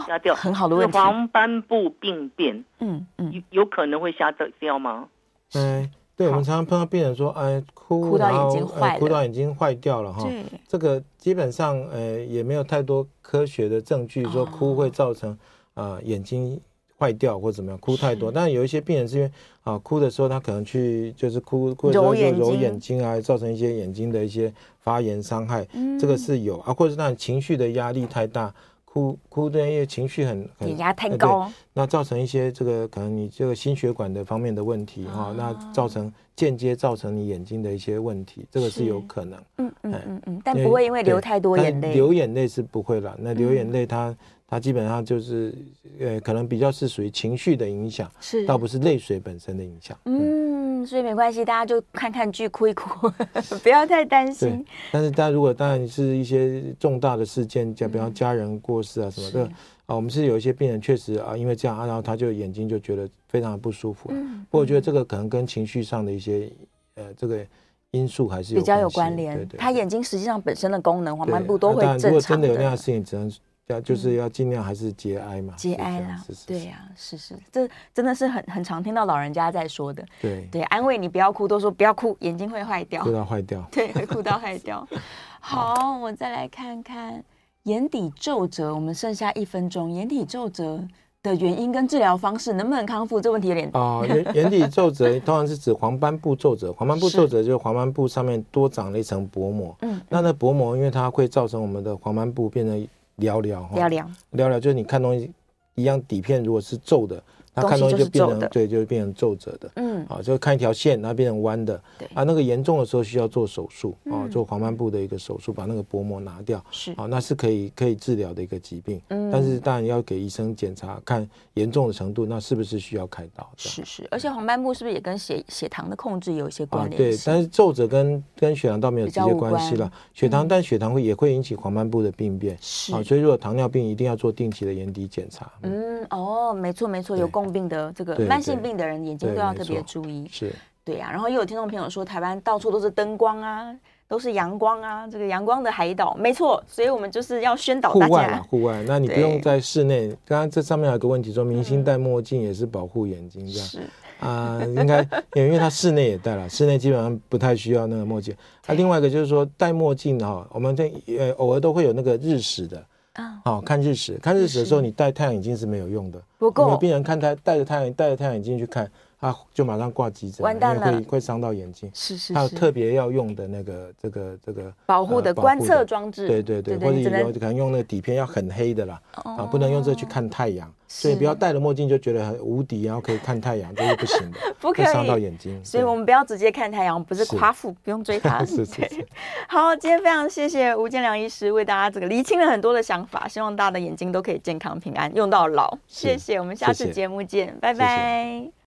Speaker 7: 瞎掉，
Speaker 1: 很好的
Speaker 7: 是
Speaker 1: 问题。
Speaker 7: 黄斑部病变
Speaker 1: 嗯嗯，
Speaker 7: 有有可能会瞎掉掉吗？
Speaker 2: 嗯，对，我们常常碰到病人说，哎，哭，
Speaker 1: 哭到
Speaker 2: 然
Speaker 1: 眼
Speaker 2: 后
Speaker 1: 睛
Speaker 2: 呃
Speaker 1: 坏
Speaker 2: 哭
Speaker 1: 了
Speaker 2: 到眼睛坏掉了哈。
Speaker 1: 嗯对，
Speaker 2: 这个基本上，呃，也没有太多科学的证据
Speaker 1: 哦
Speaker 2: 说哭会造成啊、呃眼睛坏掉或怎么样，哭太多。但有一些病人是因为啊、哭的时候，他可能去就是哭哭的时
Speaker 1: 揉
Speaker 2: 候就
Speaker 1: 眼
Speaker 2: 揉
Speaker 1: 睛
Speaker 2: 眼睛啊，造成一些眼睛的一些发炎伤害，
Speaker 1: 嗯
Speaker 2: 这个是有啊，或者是让情绪的压力太大。哭哭的，因为情绪很很
Speaker 1: 眼压太
Speaker 2: 呃对
Speaker 1: 高，
Speaker 2: 那造成一些这个可能你这个心血管的方面的问题
Speaker 1: 哦
Speaker 2: 哈、那造成间接造成你眼睛的一些问题，这个是有
Speaker 1: 是
Speaker 2: 可能。
Speaker 1: 嗯嗯
Speaker 2: 哎
Speaker 1: 嗯嗯，但不会因为
Speaker 2: 对
Speaker 1: 流太多
Speaker 2: 但
Speaker 1: 眼泪。
Speaker 2: 流眼泪是不会啦。那流
Speaker 1: 嗯
Speaker 2: 眼泪它、它基本上就是呃可能比较是属于情绪的影响，
Speaker 1: 是
Speaker 2: 倒不是泪水本身的影响。
Speaker 1: 嗯，所以没关系，大家就看看剧哭一哭， 不要太担
Speaker 2: 对
Speaker 1: 心。，
Speaker 2: 但是大家如果当然是一些重大的事
Speaker 1: 嗯
Speaker 2: 件，像比方家人过世啊什么的啊，我们是有一些病人确实啊，因为这样啊，然后他就眼睛就觉得非常的不舒服。啊
Speaker 1: 嗯，
Speaker 2: 不过我觉得这个可能跟情绪上的一些呃这个因素还是有
Speaker 1: 比较有
Speaker 2: 系
Speaker 1: 关
Speaker 2: 对
Speaker 1: 联。
Speaker 2: 对
Speaker 1: 他眼睛实际上本身的功能，黄
Speaker 2: 对
Speaker 1: 斑部都
Speaker 2: 啊
Speaker 1: 会
Speaker 2: 当然如
Speaker 1: 正
Speaker 2: 果
Speaker 1: 常嗯
Speaker 2: 真的有那样的事情，只能要就是要尽量还是节哀嘛，
Speaker 1: 节
Speaker 2: 是这
Speaker 1: 哀
Speaker 2: 样
Speaker 1: 啦
Speaker 2: 是是，
Speaker 1: 啊对
Speaker 2: 是
Speaker 1: 呀、是是，这真的是很很常听到老人家在说的，
Speaker 2: 对，
Speaker 1: 对，哦安慰你不要哭，都说不要哭，眼睛会坏掉
Speaker 2: 不，要坏掉。
Speaker 1: 对，会哭到坏掉。好，我再来看看眼底皱褶，我们剩下一分钟，眼底皱褶的原因跟治疗方式能不能康复，这问题有点
Speaker 2: 哦，眼眼底皱褶通常是指黄斑部皱褶，黄斑部
Speaker 1: 是
Speaker 2: 皱褶就是黄斑部上面多长了一层薄膜。
Speaker 1: 嗯，
Speaker 2: 那那薄膜因为它会造成我们的黄斑部变得寥寥，哈
Speaker 1: 聊聊，
Speaker 2: 聊聊，就是你看东西一样底片如果是皱的，那
Speaker 1: 东
Speaker 2: 看
Speaker 1: 西
Speaker 2: 东西
Speaker 1: 就
Speaker 2: 就是变
Speaker 1: 皱
Speaker 2: 成
Speaker 1: 的
Speaker 2: 对，就变成皱褶的。
Speaker 1: 嗯，
Speaker 2: 啊，就看一条线，然后变成弯的。
Speaker 1: 对嗯
Speaker 2: 啊，那个严重的时候需要做手术啊，做黄斑部的一个手术，把那个薄膜拿掉。
Speaker 1: 是
Speaker 2: 啊，那是可以可以治疗的一个疾病。
Speaker 1: 嗯
Speaker 2: 但是当然要给医生检查，看严重的程度，那是不是需要开刀？这样
Speaker 1: 是是，而且黄斑部是不是也跟血血糖的控制有一些
Speaker 2: 啊
Speaker 1: 关，联
Speaker 2: 对，
Speaker 1: 性？
Speaker 2: 但是皱褶跟跟血糖倒没有
Speaker 1: 比
Speaker 2: 直
Speaker 1: 较
Speaker 2: 接
Speaker 1: 无
Speaker 2: 关系
Speaker 1: 关嗯
Speaker 2: 了。血糖，但血糖会也会引起黄斑部的病变。
Speaker 1: 是
Speaker 2: 啊，所以如果糖尿病一定要做定期的眼底检查。嗯，
Speaker 1: 嗯，哦，没错没错，有
Speaker 2: 对
Speaker 1: 共病的这个
Speaker 2: 对
Speaker 1: 慢性
Speaker 2: 对
Speaker 1: 病的人眼睛
Speaker 2: 对
Speaker 1: 都要
Speaker 2: 没
Speaker 1: 特别
Speaker 2: 错
Speaker 1: 注意。
Speaker 2: 是。
Speaker 1: 对啊呀、然后也有听众朋友说，台湾到处都是灯光啊，都是阳光啊，这个阳光的海岛，没错，所以我们就是要宣导
Speaker 2: 户
Speaker 1: 大
Speaker 2: 外啦
Speaker 1: 家，。
Speaker 2: 户外，那你不
Speaker 1: 对嗯
Speaker 2: 用在室内。刚刚这上面有个问题说，明星戴墨镜也是保护眼睛这样
Speaker 1: 是
Speaker 2: 啊、应该也因为他室内也戴了，室内基本上不太需要那个墨镜。啊，另外一个就是说戴墨镜哈、我们在呃偶尔都会有那个日食的。
Speaker 1: 啊，
Speaker 2: 好、看日食，看日食的时候，
Speaker 1: 日食
Speaker 2: 你戴太阳眼镜是没有用的。
Speaker 1: 不够
Speaker 2: 有病人看太戴着太阳戴着太阳眼镜去看，他就马上挂急诊，
Speaker 1: 完蛋
Speaker 2: 因为
Speaker 1: 了
Speaker 2: 会会伤到眼睛。
Speaker 1: 是是
Speaker 2: 还有
Speaker 1: 是，
Speaker 2: 特别要用的那个这个这个
Speaker 1: 保护的
Speaker 2: 呃
Speaker 1: 观测
Speaker 2: 的
Speaker 1: 装置，
Speaker 2: 对对对，
Speaker 1: 对
Speaker 2: 或者
Speaker 1: 你只
Speaker 2: 有
Speaker 1: 能
Speaker 2: 可能用那个底片要很黑的啦，啊，不能用这去看太阳，所以
Speaker 1: 是，
Speaker 2: 不要戴了墨镜就觉得很无敌，然后可以看太阳，这是不行的
Speaker 1: 不可
Speaker 2: 会伤到
Speaker 1: 以
Speaker 2: 眼睛。
Speaker 1: 所以
Speaker 2: 对
Speaker 1: 我们不要直接看太阳，不是
Speaker 2: 是
Speaker 1: 夸父，不用追他。
Speaker 2: 是是是，
Speaker 1: 好，今天非常谢谢吴建良医师为大家这个厘清了很多的想法，希望大家的眼睛都可以健康平安，用到老。
Speaker 2: 是
Speaker 1: 谢谢，我们下次
Speaker 2: 谢谢
Speaker 1: 节目见，拜
Speaker 2: 谢
Speaker 1: 拜。